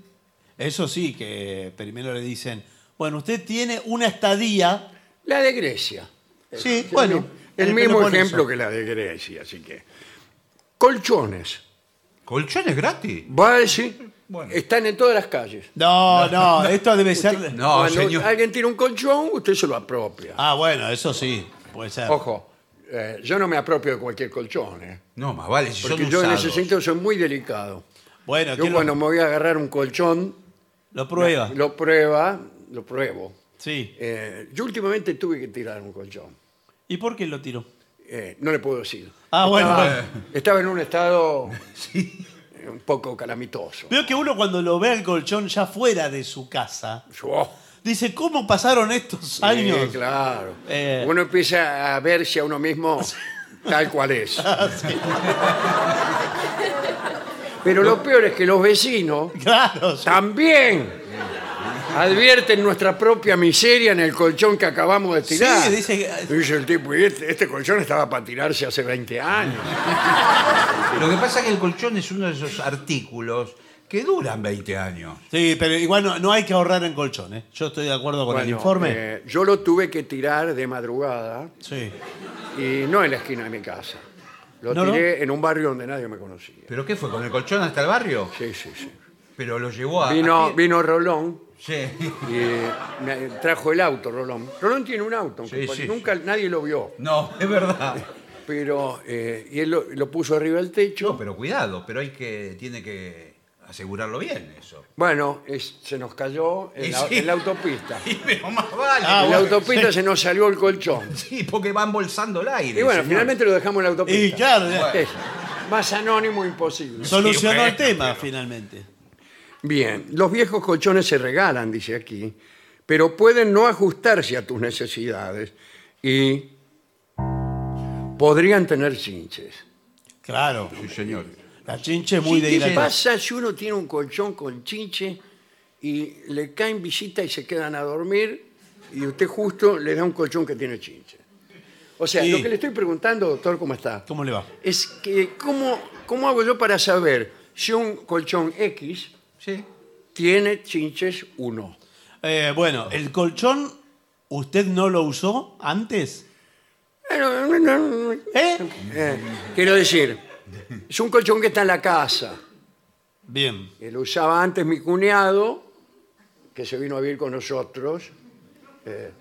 C: eso sí, que primero le dicen, bueno, usted tiene una estadía.
B: La de Grecia.
C: Sí, bueno.
B: El
C: le
B: mismo
C: ponen
B: ejemplo
C: eso.
B: que la de Grecia, así que. Colchones.
D: ¿Colchones gratis?
B: Va a decir,
E: Bueno.
B: están en todas las calles.
C: No, no, esto debe ser...
D: No,
B: Cuando
D: señor.
B: alguien tiene un colchón, usted se lo apropia.
C: Ah, bueno, eso sí, puede ser.
B: Ojo, eh, yo no me apropio de cualquier colchón, ¿eh?
D: No, más vale, si
B: porque
D: son
B: yo en
D: usados.
B: ese sentido soy muy delicado.
C: Bueno,
B: Yo
C: ¿quién
B: cuando
C: lo,
B: me voy a agarrar un colchón,
C: lo prueba?
B: lo prueba, lo pruebo.
C: Sí.
B: Eh, yo últimamente tuve que tirar un colchón.
C: ¿Y por qué lo tiró?
B: Eh, no le puedo decir.
C: Ah, bueno. bueno.
B: Estaba en un estado eh, un poco calamitoso.
C: Veo que uno cuando lo ve al colchón ya fuera de su casa,
B: Yo, oh,
C: dice, ¿cómo pasaron estos
B: sí,
C: años?
B: claro.
C: Eh.
B: Uno empieza a verse a uno mismo
C: [laughs]
B: tal cual es.
C: Ah,
B: Pero lo peor es que los vecinos
C: [laughs] Claro, sí.
B: también advierten nuestra propia miseria en el colchón que acabamos de tirar.
C: Sí, dice que-
B: Dice el tipo, "Y este, este colchón estaba para tirarse hace 20 años.
D: Lo que pasa es que el colchón es uno de esos artículos que duran 20 años.
C: Sí, pero igual no, no hay que ahorrar en colchones. Yo estoy de acuerdo con el
B: Bueno,
C: informe.
B: eh, yo lo tuve que tirar de madrugada
C: Sí.
B: y no en la esquina de mi casa. Lo
C: No, no.
B: tiré en un barrio donde nadie me conocía.
D: ¿Pero qué fue? ¿Con el colchón hasta el barrio?
B: Sí, sí, sí.
D: Pero lo
C: Ah,
D: llevó a. a
B: Vino,
D: pie.
B: vino Rolón
D: Sí. [laughs]
B: y me trajo el auto, Rolón. Rolón tiene un auto, aunque
D: Sí,
B: cual-
D: sí,
B: nunca nadie lo vio.
D: No, es verdad.
B: Pero, eh, y él lo, lo puso arriba del techo.
D: No, pero cuidado, pero hay que. tiene que asegurarlo bien eso. [laughs]
B: Bueno, es- se nos cayó en,
D: Y
B: la,
D: sí.
B: en la autopista.
D: Y pero más vale.
C: [laughs] Ah,
B: en la
C: bueno,
B: autopista se nos salió el colchón.
D: Sí, porque va embolsando el aire.
B: Y bueno,
D: señor.
B: finalmente lo dejamos en la autopista.
C: Y claro, ya-
B: Es más anónimo imposible.
C: solucionó
D: Sí,
C: el
D: bueno,
C: tema finalmente.
B: Bien, los viejos colchones se regalan, dice aquí, pero pueden no ajustarse a tus necesidades y podrían tener chinches.
C: Claro.
D: Sí, señor.
C: La chinche es muy de
B: ¿Qué
C: ir a la-
B: pasa si uno tiene un colchón con chinche y le caen visitas y se quedan a dormir y usted justo le da un colchón que tiene chinche? O sea,
C: Sí.
B: lo que le estoy preguntando, doctor, ¿cómo está?
C: ¿Cómo le va?
B: Es que, ¿cómo, ¿cómo hago yo para saber si un colchón X
D: Sí.
B: tiene chinches o no?
C: Eh, bueno, el colchón, ¿usted no lo usó antes? ¿Eh?
B: Eh, quiero decir, es un colchón que está en la casa.
C: Bien.
B: que lo usaba antes mi cuñado, que se vino a vivir con nosotros.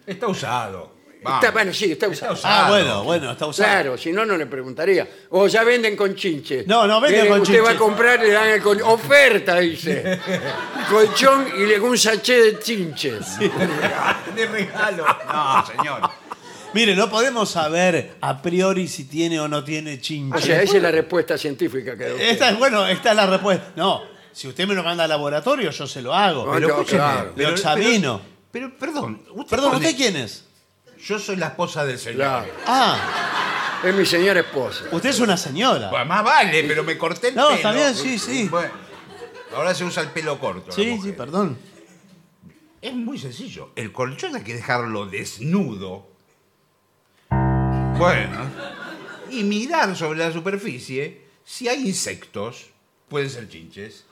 D: Está usado. Vamos.
B: Está, bueno, sí, está usado.
D: usado.
C: Ah,
D: Claro.
C: bueno, bueno, está usado.
B: Claro, si no, no le preguntaría. O ya venden con chinches.
C: No, no venden
B: Viene,
C: con
B: Usted
C: chinches.
B: va a comprar, le dan el colchón. Oferta, dice.
C: [laughs]
B: colchón y le un sachet de chinches.
D: [laughs] De regalo. No, señor.
C: Mire, no podemos saber a priori si tiene o no tiene
B: O
C: chinche.
B: sea, esa es la respuesta científica que doy.
C: Esta es, bueno, esta es la respuesta. No, si usted me lo manda al laboratorio, yo se lo hago.
B: No, no,
D: escúcheme,
B: claro.
C: Lo examino.
D: Pero, perdón. Usted
C: Perdón,
D: pone-
C: ¿usted quién es?
D: Yo soy la esposa del señor.
B: Claro.
C: Ah,
B: Es mi señora esposa.
C: usted es una señora.
D: Bueno, más Pues vale, pero me corté el
C: No,
D: pelo.
C: está bien, sí, sí.
D: Bueno, ahora se usa el pelo corto. la
C: Sí,
D: mujer.
C: sí, perdón.
D: Es muy sencillo. El colchón hay que dejarlo desnudo. Bueno. Y mirar sobre la superficie si hay insectos. Pueden ser chinches.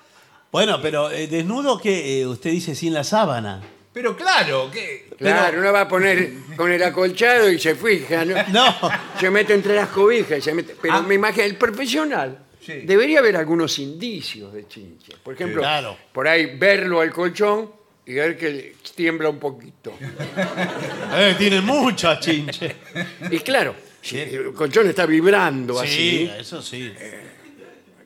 C: Bueno, pero eh, desnudo que usted dice sin la sábana.
D: Pero claro, que.
B: Claro, uno va a poner con el acolchado y se fija, ¿no?
C: No.
B: Se mete entre las cobijas y se mete. Pero
D: Ah.
B: me imagino, el profesional
D: Sí.
B: debería haber algunos indicios de chinche. Por ejemplo,
C: Sí, claro.
B: por ahí verlo al colchón y ver que tiembla un poquito.
C: Eh, tiene mucha chinche.
B: Y claro, eh, el colchón está vibrando
C: [laughs] Sí,
B: así.
C: eso sí.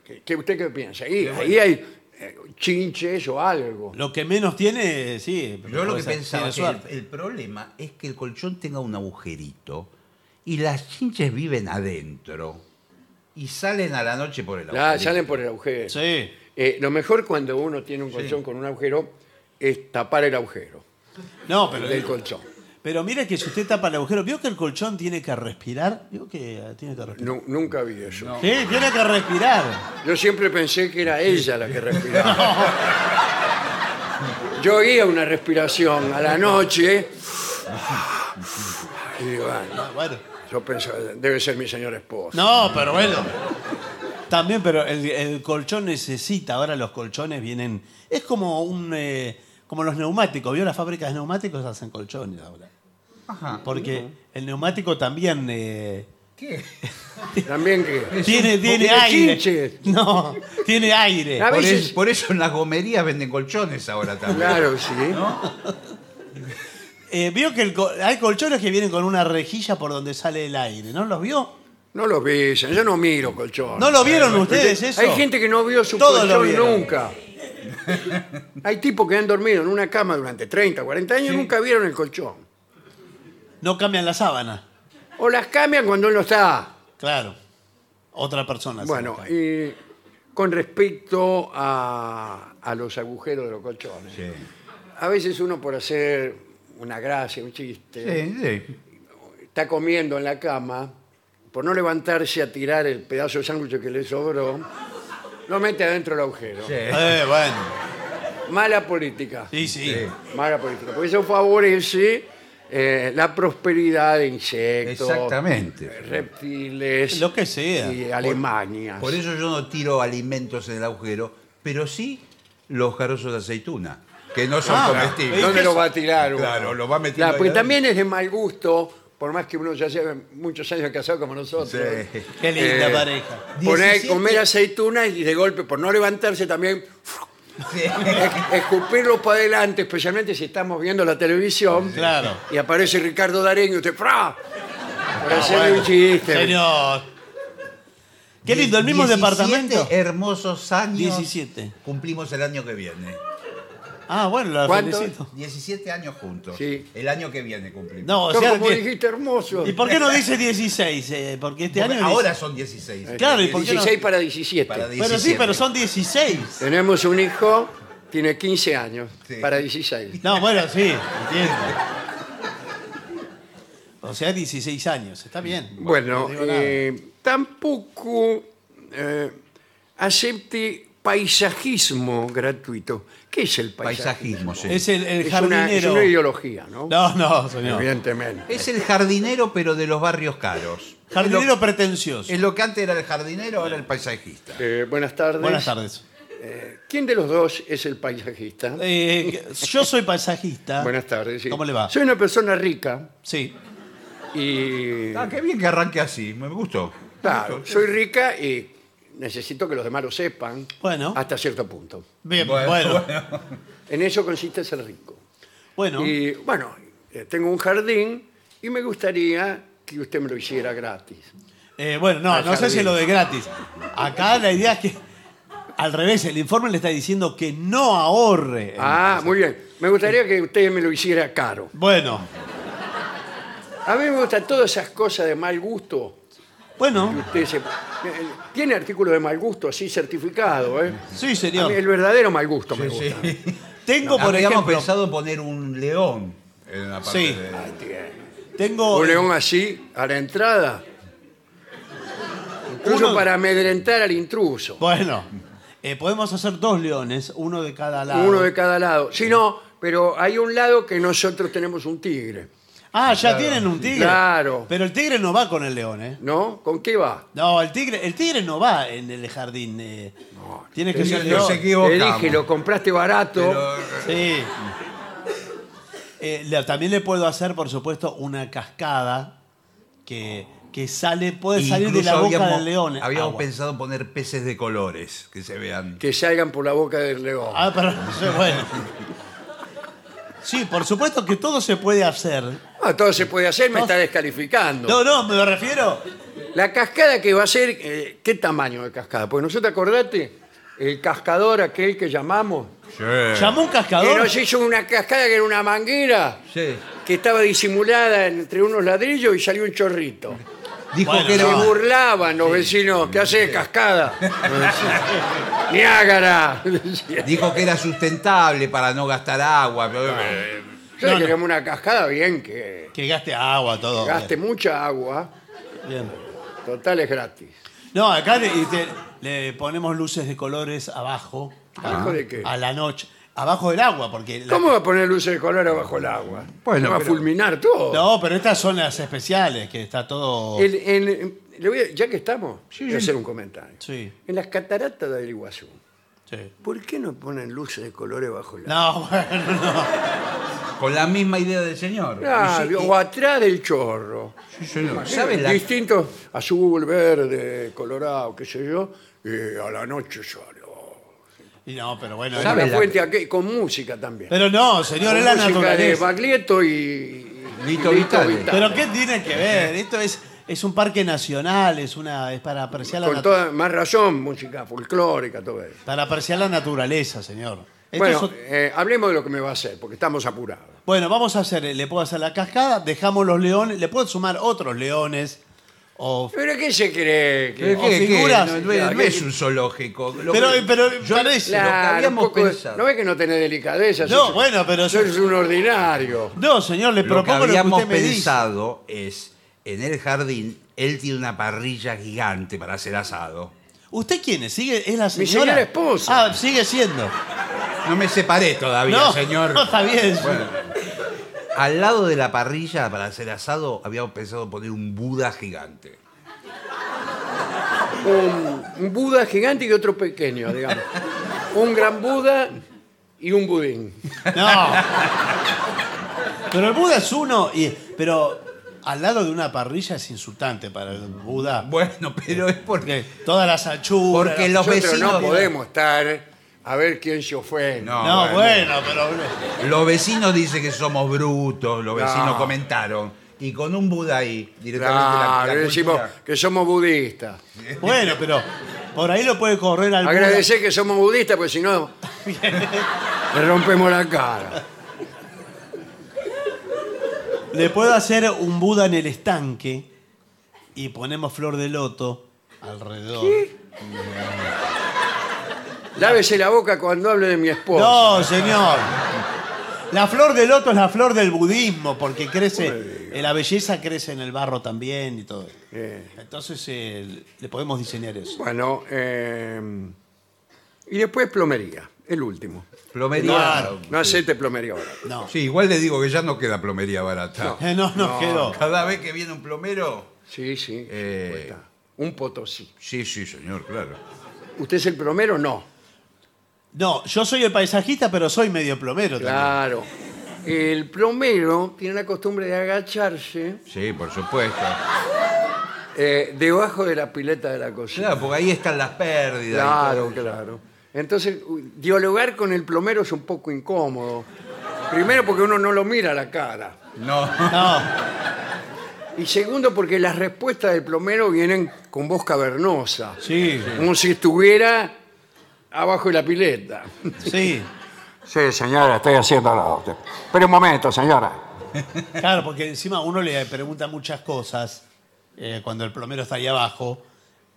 B: ¿Qué- ¿Qué, ¿Usted qué piensa? Ahí, ahí hay eh, chinches o algo.
C: Lo que menos tiene, sí.
D: Yo lo que
C: tiene
D: pensaba que el,
C: suerte.
D: el problema es que el colchón tenga un agujerito y las chinches viven adentro y salen a la noche por el
B: Ah, Ya,
D: agujerito.
B: salen por el agujero.
C: Sí.
B: Eh, lo mejor cuando uno tiene un colchón con un agujero es tapar el agujero
C: No,
B: del
C: pero, eh,
B: colchón.
C: pero mira que si usted tapa el agujero, ¿vio que el colchón tiene que respirar? Digo que eh, tiene que respirar.
B: Nu- nunca vi eso.
C: Sí, tiene que respirar.
B: Yo siempre pensé que era ella
C: [laughs]
B: la que respiraba. Yo oía una respiración a la noche. Y digo, ah, no.
C: Ah, Bueno.
B: yo pensaba, debe ser mi señor esposo.
C: No, pero bueno. También, pero el, el colchón necesita, ahora los colchones vienen, es como un eh, como los neumáticos, ¿vio? Las fábricas de neumáticos hacen colchones ahora.
D: Ajá.
C: Porque el neumático también eh,
B: También que.
C: tiene, tiene
B: Porque
C: aire.
B: chinches.
C: No, tiene aire.
B: A
D: Por,
B: veces-
D: es- por eso en las gomerías venden colchones ahora también.
B: Claro, sí.
C: Eh, vio que el co- hay colchones que vienen con una rejilla por donde sale el aire, ¿no los vio?
B: No lo dicen, yo no miro colchón.
C: ¿No lo vieron ustedes eso?
B: Hay gente que no vio su
C: Todos lo
B: colchón
C: vieron.
B: nunca. Hay tipos que han dormido en una cama durante 30, 40 años y nunca vieron el colchón.
C: No cambian la sábana,
B: O las cambian cuando no está.
C: claro. Otra persona. se
B: Bueno,
C: la cambia.
B: y con respecto a, a los agujeros de los colchones.
D: Sí.
B: A veces uno por hacer una gracia, un chiste,
D: Sí, sí.
B: está comiendo en la cama, por no levantarse a tirar el pedazo de sándwich que le sobró, lo mete adentro del agujero.
C: Eh, bueno.
B: Mala política.
C: Sí, sí.
D: Sí.
B: Mala política. Porque eso favorece eh, la prosperidad de insectos,
D: Exactamente.
B: reptiles
C: Lo que sea.
B: y eh, Alemania.
D: Por eso yo no tiro alimentos en el agujero, pero sí los jarozos de aceituna, que no son
C: Ah,
D: comestibles.
B: ¿Dónde lo va a tirar? uno?
D: Claro, lo va metiendo
B: Claro,
D: ahí
B: porque
D: adentro.
B: también es de mal gusto, por más que uno ya lleve muchos años casado como nosotros.
D: Sí.
C: Qué linda
B: Eh,
C: pareja.
B: Poner,
D: 17.
B: comer aceitunas y de golpe, por no levantarse también,
D: Sí.
B: es- escupirlo para adelante, especialmente si estamos viendo la televisión.
C: Claro.
B: Y aparece Ricardo Darín y usted, ¡fra! Por
D: Ah,
B: hacerle un chiste.
C: Señor. Qué lindo, el mismo
D: 17
C: departamento.
D: hermosos años.
C: 17.
D: Cumplimos el año que viene.
C: Ah, bueno, la
B: ¿Cuánto?
C: felicito.
D: 17 años juntos.
B: Sí.
D: El año que viene cumplimos.
C: No, o
B: Pero
C: sea
B: como
C: que-
B: dijiste, hermoso.
C: ¿Y por qué no dice 16? eh? porque este
D: Porque
C: año.
D: ahora son 16.
C: Claro, ¿y por qué no?
B: 16 para 17.
D: Para di-
C: Pero sí,
D: 17.
C: pero son 16.
B: Tenemos un hijo, tiene 15 años,
D: Sí.
B: para 16.
C: No, bueno, sí, entiendo. O sea, 16 años, está bien.
B: Bueno,
C: no digo nada.
B: eh, tampoco eh, acepte paisajismo gratuito. ¿Qué es el paisajismo?
D: Paisajismo, sí.
C: es el, el
B: Es una, es
C: jardinero.
B: una ideología, ¿no?
C: no, no, señor.
B: Evidentemente.
D: Es el jardinero, pero de los barrios caros.
C: Jardinero
D: Es
C: pretencioso.
D: lo, es lo que antes era el jardinero, ahora el paisajista.
B: Eh, buenas tardes.
C: Buenas tardes.
B: ¿Quién de los dos es el paisajista?
C: Eh, yo soy paisajista.
B: Buenas tardes. sí.
C: ¿Cómo le va?
B: Soy una persona rica
C: Sí.
B: y...
D: Ah, qué bien que arranque así. Me gustó.
B: Claro, soy rica y necesito que los demás lo sepan
C: Bueno.
B: hasta cierto punto.
C: Bien,
D: Bueno,
C: bueno.
B: En eso consiste ser rico.
C: Bueno,
B: Y bueno, eh, tengo un jardín y me gustaría que usted me lo hiciera gratis.
C: eh, bueno no,
B: al
C: no sé
B: jardín.
C: si lo de gratis. Acá la idea es que, al revés, el informe le está diciendo que no ahorre.
B: Ah, muy bien. Me gustaría que usted me lo hiciera caro.
C: Bueno,
B: A mí me gustan todas esas cosas de mal gusto. que
C: bueno,
B: Usted se- eh, Tiene artículo de mal gusto así certificado, ¿eh?
C: sí,
B: A
C: señor.
B: mí el verdadero mal gusto me
D: Sí.
B: gusta.
C: Tengo, por
D: Habíamos
C: ejemplo,
D: pensado poner un león en la parte
C: Sí.
D: de-
C: tengo
B: Un león así a la entrada. Incluso
C: Uno-
B: para amedrentar al intruso.
C: Bueno, eh, podemos hacer dos leones, uno de cada lado.
B: Uno de cada lado. Si no, pero hay un lado que nosotros tenemos un tigre.
C: Ah, ya tienen un tigre.
B: Claro.
C: Pero el tigre no va con el león, ¿eh?
B: ¿No? ¿Con qué va?
C: No, el tigre, el tigre no va en el jardín. eh. Tiene que
D: te
C: ser
D: digo,
C: león.
D: se
C: Sí.
B: Te
D: equivocamos.
B: dije, lo compraste barato.
D: Pero-
C: Eh, le- también le puedo hacer, por supuesto, una cascada que, que sale, puede salir de la
D: Incluso
C: boca
D: habíamos-
C: del león. eh.
D: Habíamos
C: Agua.
D: pensado poner peces de colores que se vean.
B: Que salgan por la boca del león.
C: Ah, [laughs] pero, sí, bueno. Sí, por supuesto que todo se puede hacer.
B: No, Ah, todo se puede hacer, me está descalificando.
C: No, no, me lo refiero.
B: La cascada que va a ser, eh, ¿qué tamaño de cascada? Porque nosotros, acordate, el cascador aquel que llamamos,
C: Llamó un
B: que
C: cascador.
B: nos hizo una cascada que era una manguera,
D: Sí.
B: que estaba disimulada entre unos ladrillos y salió un chorrito.
D: Dijo
C: Bueno,
D: que
B: Se
D: era
C: no.
D: burro.
B: burlaban los vecinos, ¿qué hace de
C: [laughs]
B: cascada? Niágara. Nosotros
D: Dijo que era sustentable para no gastar agua. pero- eh,
C: No, no.
B: queremos una cascada bien que
C: Que gaste agua, todo.
B: gaste mucha agua,
C: Bien.
B: total es gratis.
C: No, acá le, y te- le ponemos luces de colores abajo.
B: ¿Abajo de qué?
C: A la noche. Abajo del agua, porque. la-
B: ¿Cómo va a poner luces de color abajo el agua?
D: Bueno,
B: va a
D: pero-
B: fulminar todo.
C: No, pero estas son las especiales, que está todo.
B: El- en- le voy a- ya que estamos, voy a hacer un comentario.
C: Sí,
B: En las cataratas del Iguazú,
C: sí.
B: ¿por qué no ponen luces de colores bajo el agua?
C: No, [laughs] bueno, no.
D: Con la misma idea del señor.
B: Claro,
D: Y sí,
B: o atrás del chorro.
D: y- señor, ¿sabe la-
B: Distintos, azul, verde, colorado, qué sé yo, y a la noche solo.
C: Y no, pero bueno.
D: ¿Sabe
B: La
D: la-
B: fuente aquí, con música también.
C: Pero no, señor,
B: con
C: es la
B: música de
C: naturaleza.
B: Baglietto y... y
D: Lito Vitale.
C: Pero ¿qué tiene que ver? Esto es, es un parque nacional, es una es para apreciar la
B: Con
C: nat-
B: toda más razón, música folclórica, todo eso.
C: para apreciar la naturaleza, señor. Esto es
B: Bueno,
C: ot-
B: eh, hablemos de lo que me va a hacer, porque estamos apurados.
C: bueno, vamos a hacer, le puedo hacer la cascada, dejamos los leones, le puedo sumar otros leones o
B: ¿Pero qué se cree? que-
D: ¿Pero qué-
C: o
D: qué?
C: figuras.
D: No, no es- no es un zoológico. Lo
C: Pero,
D: que-
C: pero parece.
D: lo que habíamos
B: un poco de-
D: pensado.
B: No es que no tenés delicadeza.
C: No, bueno, pero
B: Sos
C: yo-
B: un ordinario.
C: No, señor, le
D: Lo que
C: propongo lo que
D: habíamos
C: usted me dice.
D: pensado es, en el jardín, él tiene una parrilla gigante para hacer asado.
C: ¿Usted quién es? ¿Sigue? ¿Es la señora?
B: Mi señora esposa.
C: Ah, sigue siendo.
D: No me separé todavía,
C: No,
D: señor.
C: no, está bien.
D: Bueno. al lado de la parrilla para hacer asado habíamos pensado poner un Buda gigante.
B: Un, un Buda gigante y otro pequeño, digamos. un gran Buda y un budín.
C: No. Pero el Buda es uno y. Pero al lado de una parrilla es insultante para el Buda.
D: Bueno, pero es porque...
C: Porque todas las anchuras.
D: Porque
C: las-
D: Los
B: Nosotros no
D: vecinos-
B: podemos estar a ver quién se ofende.
D: No,
C: No, bueno,
D: bueno.
C: pero.
D: Los vecinos dicen que somos brutos, los vecinos
B: No.
D: comentaron. Y con un Buda ahí, directamente la- la
B: Claro, le decimos
D: cultura.
B: que somos budistas.
C: Bueno, pero. Por ahí lo puede correr al Buda.
B: Agradecer que somos budistas, porque si no, le rompemos la cara.
C: Le puedo hacer un Buda en el estanque y ponemos flor de loto alrededor.
B: Lávese la boca cuando hable de mi esposa.
C: No, señor. La flor de loto es la flor del budismo, porque crece, eh, la belleza crece en el barro también y todo.
B: Eh.
C: Entonces eh, le podemos diseñar eso.
B: Bueno, eh, y después plomería, el último.
D: Plomería.
C: Claro.
B: No acepte plomería ahora.
C: No,
D: Sí, igual le digo que ya no queda plomería barata.
C: Eh, no nos quedó.
D: Cada vez que viene un plomero.
B: Sí, sí.
D: Eh.
B: cuesta. Un potosí.
D: Sí, sí, señor, claro.
B: ¿Usted es el plomero? No.
C: No, yo soy el paisajista, pero soy medio plomero también.
B: Claro. El plomero tiene la costumbre de agacharse
D: Sí, por supuesto.
B: eh, debajo de la pileta de la
D: Claro,
B: cocina.
D: porque ahí están las pérdidas.
B: Claro,
D: y todo.
B: claro. Entonces, u- dialogar con el plomero es un poco incómodo. Primero porque uno no lo mira a la cara.
D: No.
C: No,
B: Y segundo porque las respuestas del plomero vienen con voz cavernosa.
C: sí,
B: como si estuviera abajo de la pileta.
C: sí.
B: Sí, señora, estoy haciéndolo. Pero un momento, señora.
C: Claro, porque encima uno le pregunta muchas cosas eh, cuando el plomero está ahí abajo.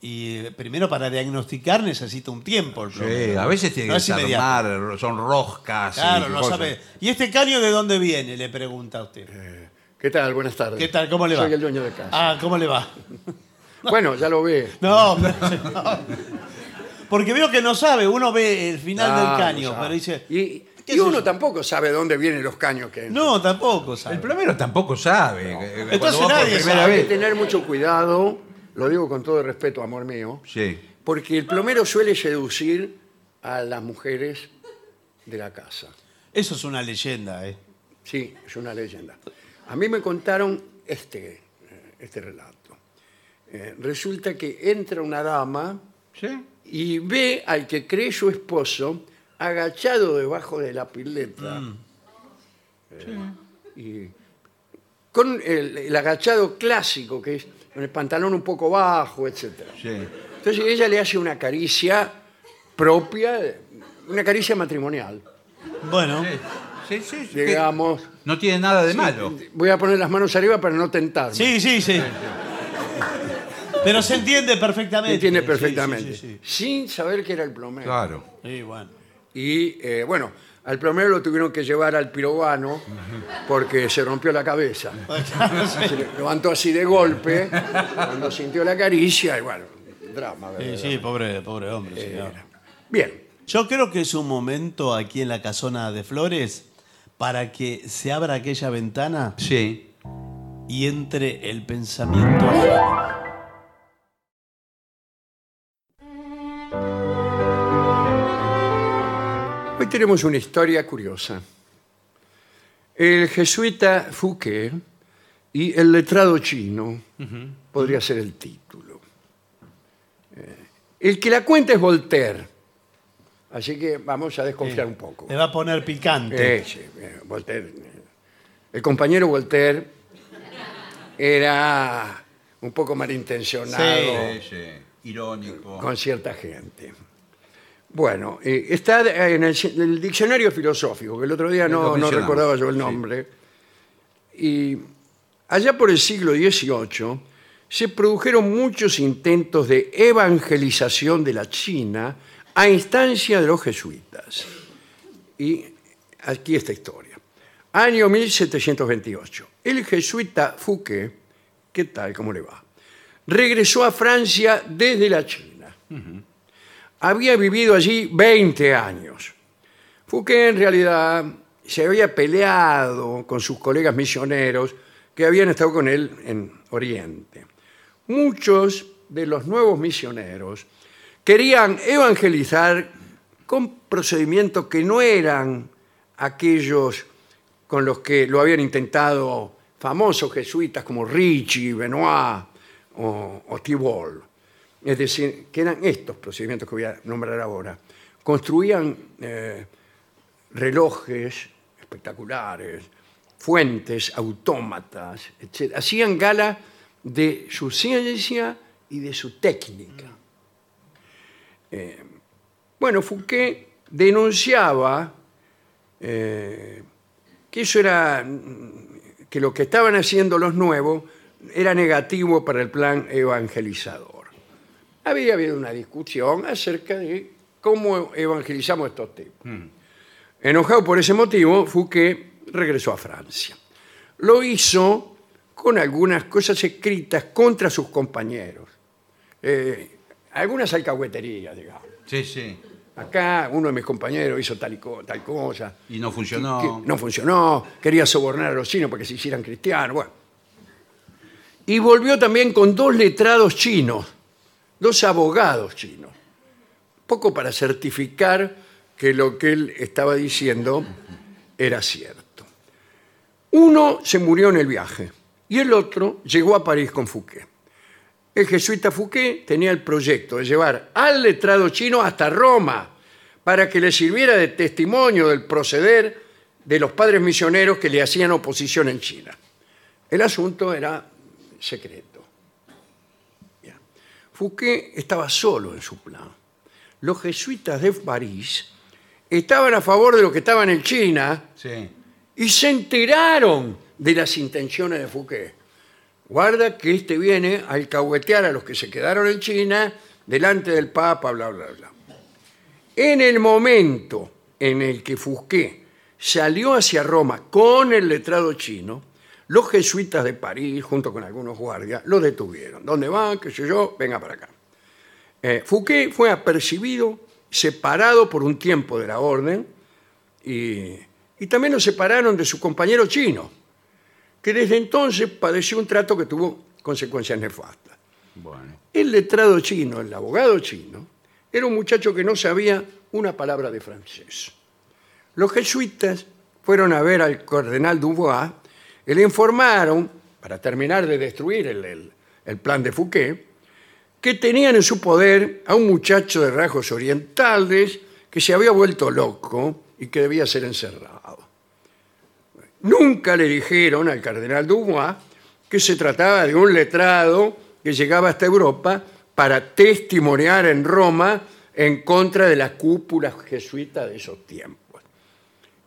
C: Y eh, primero para diagnosticar necesita un tiempo el
D: Sí,
C: plomero.
D: a veces tiene
C: No
D: que
C: es inmediato.
D: desarmar, son roscas. y
C: Claro, no
D: cosas.
C: sabe. ¿Y este caño de dónde viene? Le pregunta a usted.
B: ¿Qué tal? Buenas tardes.
C: ¿Qué tal? ¿Cómo le va?
B: Soy el dueño de casa.
C: Ah, ¿cómo le va?
B: Bueno, ya lo ve.
C: No, [laughs] pero señor. Porque veo que no sabe. Uno ve el final
B: Ah,
C: del caño,
B: no sabe.
C: pero dice.
B: Y, y
C: ¿qué sé
B: uno
C: yo?
B: tampoco sabe dónde vienen los caños que entran.
C: No, tampoco sabe.
D: El plomero tampoco sabe. Cuando
C: Entonces
D: va por
C: nadie
D: primera
C: sabe.
B: Hay que
D: vez-
B: tener mucho cuidado, lo digo con todo respeto, amor mío,
D: Sí.
B: porque el plomero suele seducir a las mujeres de la casa.
C: Eso es una leyenda, ¿eh?
B: Sí, es una leyenda. A mí me contaron este, eh, este relato. Eh, resulta que entra una dama
D: ¿Sí?
B: y ve al que cree su esposo
D: Mm.
B: agachado debajo de la pileta. Eh, y, con el, el agachado clásico, que es con el pantalón un poco bajo, etcétera.
D: Sí.
B: Entonces ella le hace una caricia propia, una caricia matrimonial,
C: Bueno,
D: Sí, sí, sí, que
B: digamos.
D: No tiene nada de malo.
B: Voy a poner las manos arriba para no tentarme.
C: sí, sí, sí. Pero se entiende perfectamente.
B: Me entiende
C: Sí,
B: perfectamente.
C: Sí, sí, sí.
B: Sin saber que era el plomero.
D: Claro.
C: Sí, bueno.
B: Y eh, bueno, al plomero lo tuvieron que llevar al pirobano porque se rompió la cabeza. Se le- levantó así de golpe, cuando sintió la caricia, y bueno, drama, ¿verdad?
C: Sí, sí, pobre, pobre hombre, señor.
B: Bien,
C: Yo creo que es un momento aquí en la casona de flores para que se abra aquella ventana
D: Sí.
C: y entre el pensamiento. ajeno.
B: hoy tenemos una historia curiosa. El jesuita Fouquet y el letrado chino podría ser el título. Eh, el que la cuenta es Voltaire, así que vamos a desconfiar un poco.
C: Le va a poner picante.
B: Eh, sí, eh, Voltaire, eh. El compañero Voltaire era un poco malintencionado
D: Sí, sí. Irónico.
B: con cierta gente. Bueno, eh, está en el, en el diccionario filosófico, que el otro día
D: Lo
B: no, no
D: mencionamos,
B: recordaba yo el
D: sí.
B: nombre. Y allá por el siglo XVIII se produjeron muchos intentos de evangelización de la China a instancia de los jesuitas. Y aquí esta historia. Año 1728. El jesuita Fouquet, ¿qué tal? ¿Cómo le va? Regresó a Francia desde la China. Había vivido allí 20 años. Fouquet en realidad se había peleado con sus colegas misioneros que habían estado con él en Oriente. Muchos de los nuevos misioneros querían evangelizar con procedimientos que no eran aquellos con los que lo habían intentado famosos jesuitas como Ricci, Benoit o, o Tibol. Es decir, que eran estos procedimientos que voy a nombrar ahora. Construían eh, relojes espectaculares, fuentes, autómatas, etc. Hacían gala de su ciencia y de su técnica. Eh, bueno, Fouquet denunciaba eh, que eso era mm, que lo que estaban haciendo los nuevos era negativo para el plan evangelizador. Había habido una discusión acerca de cómo evangelizamos estos tipos. Enojado por ese motivo, Fouquet regresó a Francia. Lo hizo con algunas cosas escritas contra sus compañeros. Eh, algunas alcahueterías, digamos.
D: Sí, sí.
B: Acá uno de mis compañeros hizo tal, y co- tal cosa.
D: Y no
B: que
D: funcionó.
B: no funcionó, quería sobornar a los chinos para que se hicieran cristianos. bueno. Y volvió también con dos letrados chinos, dos abogados chinos. Poco para certificar que lo que él estaba diciendo era cierto. Uno se murió en el viaje y el otro llegó a París con Fouquet. El jesuita Fouquet tenía el proyecto de llevar al letrado chino hasta Roma para que le sirviera de testimonio del proceder de los padres misioneros que le hacían oposición en China. El asunto era secreto. Bien. Fouquet estaba solo en su plan. Los jesuitas de París estaban a favor de los que estaban en China
D: Sí.
B: y se enteraron de las intenciones de Fouquet. Guarda que este viene a alcahuetear a los que se quedaron en China delante del Papa, bla, bla, bla. En el momento en el que Fouquet salió hacia Roma con el letrado chino, los jesuitas de París, junto con algunos guardias, lo detuvieron. ¿Dónde van? ¿Qué sé yo? Venga para acá. Eh, Fouquet fue apercibido, separado por un tiempo de la orden, y, y también lo separaron de su compañero chino, que desde entonces padeció un trato que tuvo consecuencias nefastas.
D: Bueno.
B: El letrado chino, el abogado chino, era un muchacho que no sabía una palabra de francés. Los jesuitas fueron a ver al cardenal Dubois y le informaron, para terminar de destruir el, el- el plan de Fouquet, que tenían en su poder a un muchacho de rasgos orientales que se había vuelto loco y que debía ser encerrado. nunca le dijeron al cardenal Dubois que se trataba de un letrado que llegaba hasta Europa para testimoniar en Roma en contra de las cúpulas jesuitas de esos tiempos.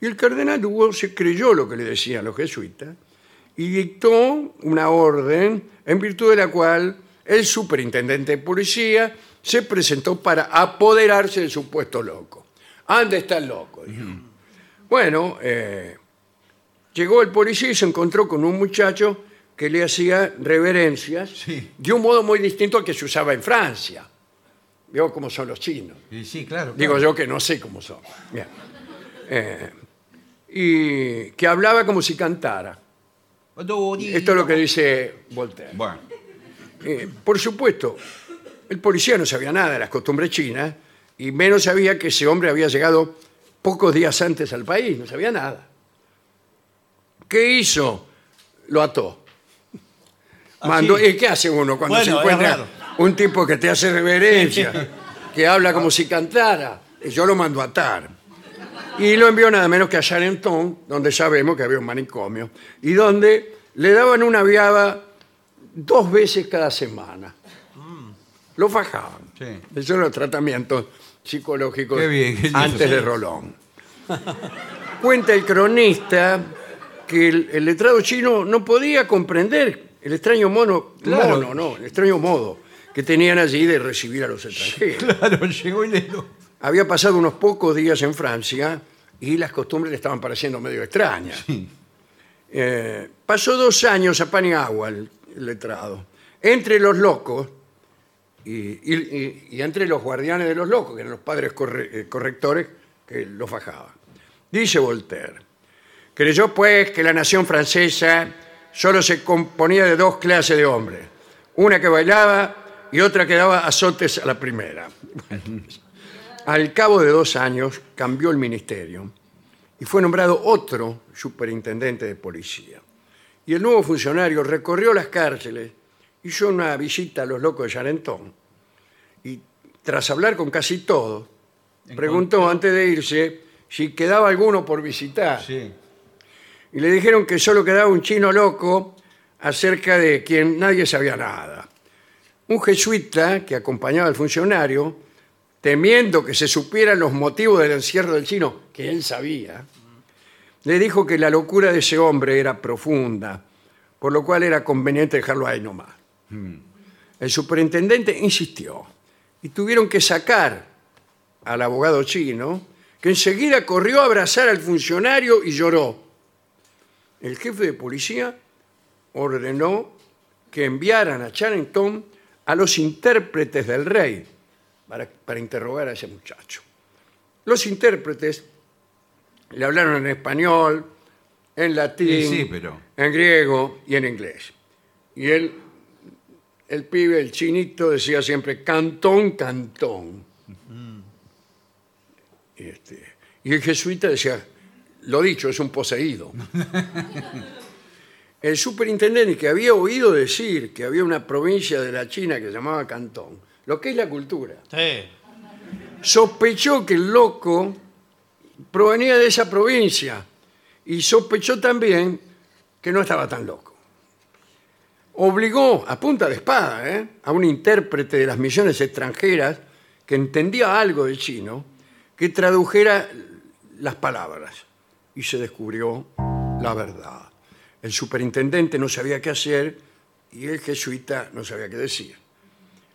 B: Y el cardenal Dubois se creyó lo que le decían los jesuitas y dictó una orden en virtud de la cual el superintendente de policía se presentó para apoderarse del supuesto loco. ¿Dónde está el loco? dijo. Bueno, eh, llegó el policía y se encontró con un muchacho que le hacía reverencias
D: Sí.
B: de un modo muy distinto al que se usaba en Francia. Vio cómo son los chinos.
D: Sí, sí, claro.
B: Digo
D: claro.
B: yo que no sé cómo son. Bien. Eh, y que hablaba como si cantara. Esto es lo que dice Voltaire.
D: Bueno, [laughs]
B: Eh, por supuesto, el policía no sabía nada de las costumbres chinas y menos sabía que ese hombre había llegado pocos días antes al país, no sabía nada. ¿Qué hizo? Lo ató. Mandó-
C: sí.
B: ¿Y qué hace uno cuando
C: Bueno,
B: se
C: es
B: encuentra
C: raro.
B: un tipo que te hace reverencia, que habla como si cantara? Eh, Yo lo mando a atar. Y lo envió nada menos que a Charenton, donde sabemos que había un manicomio, y donde le daban una viaba dos veces cada semana. Mm. Lo fajaban.
D: Sí.
B: Esos eran los tratamientos psicológicos
D: Qué bien, qué lindo.
B: antes de Rolón. Cuenta el cronista que el, el letrado chino no podía comprender el extraño mono,
D: Claro.
B: mono, no, el extraño modo que tenían allí de recibir a los extranjeros.
D: claro, llegó y le dio.
B: Había pasado unos pocos días en Francia y las costumbres le estaban pareciendo medio extrañas. Eh, pasó dos años a Paniagua, el, el letrado, entre los locos y, y- y- y entre los guardianes de los locos, que eran los padres corre- eh, correctores que los fajaban. Dice Voltaire, creyó pues que la nación francesa solo se componía de dos clases de hombres, una que bailaba y otra que daba azotes a la primera. Al cabo de dos años cambió el ministerio y fue nombrado otro superintendente de policía. Y el nuevo funcionario recorrió las cárceles, hizo una visita a los locos de Charentón y tras hablar con casi todos, preguntó antes de irse si quedaba alguno por visitar.
D: Sí.
B: Y le dijeron que solo quedaba un chino loco acerca de quien nadie sabía nada. Un jesuita que acompañaba al funcionario, temiendo que se supieran los motivos del encierro del chino, que él sabía, le dijo que la locura de ese hombre era profunda, por lo cual era conveniente dejarlo ahí nomás. El superintendente insistió y tuvieron que sacar al abogado chino, que enseguida corrió a abrazar al funcionario y lloró. El jefe de policía ordenó que enviaran a Charrington a los intérpretes del rey para, para interrogar a ese muchacho. Los intérpretes le hablaron en español, en latín,
D: Sí, sí, pero-
B: en griego y en inglés. Y él, el pibe, el chinito, decía siempre cantón, cantón. Y, este, y el jesuita decía, lo dicho, es un poseído. el superintendente que había oído decir que había una provincia de la China que se llamaba Cantón, lo que es la cultura,
C: Sí.
B: sospechó que el loco provenía de esa provincia y sospechó también que no estaba tan loco. Obligó a punta de espada ¿eh? a un intérprete de las misiones extranjeras que entendía algo de chino que tradujera las palabras y se descubrió la verdad. El superintendente no sabía qué hacer y el jesuita no sabía qué decir.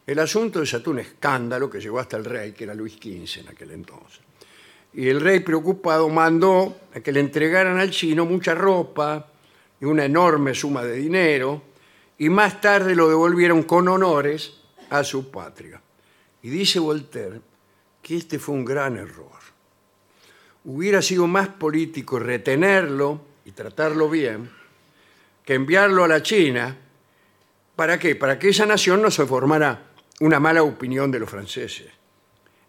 B: El asunto desató un escándalo que llegó hasta el rey, que era Luis XV en aquel entonces. Y el rey preocupado mandó a que le entregaran al chino mucha ropa y una enorme suma de dinero, y más tarde lo devolvieron con honores a su patria. Y dice Voltaire que este fue un gran error. Hubiera sido más político retenerlo y tratarlo bien que enviarlo a la China ¿Para qué? Para que esa nación no se formara una mala opinión de los franceses.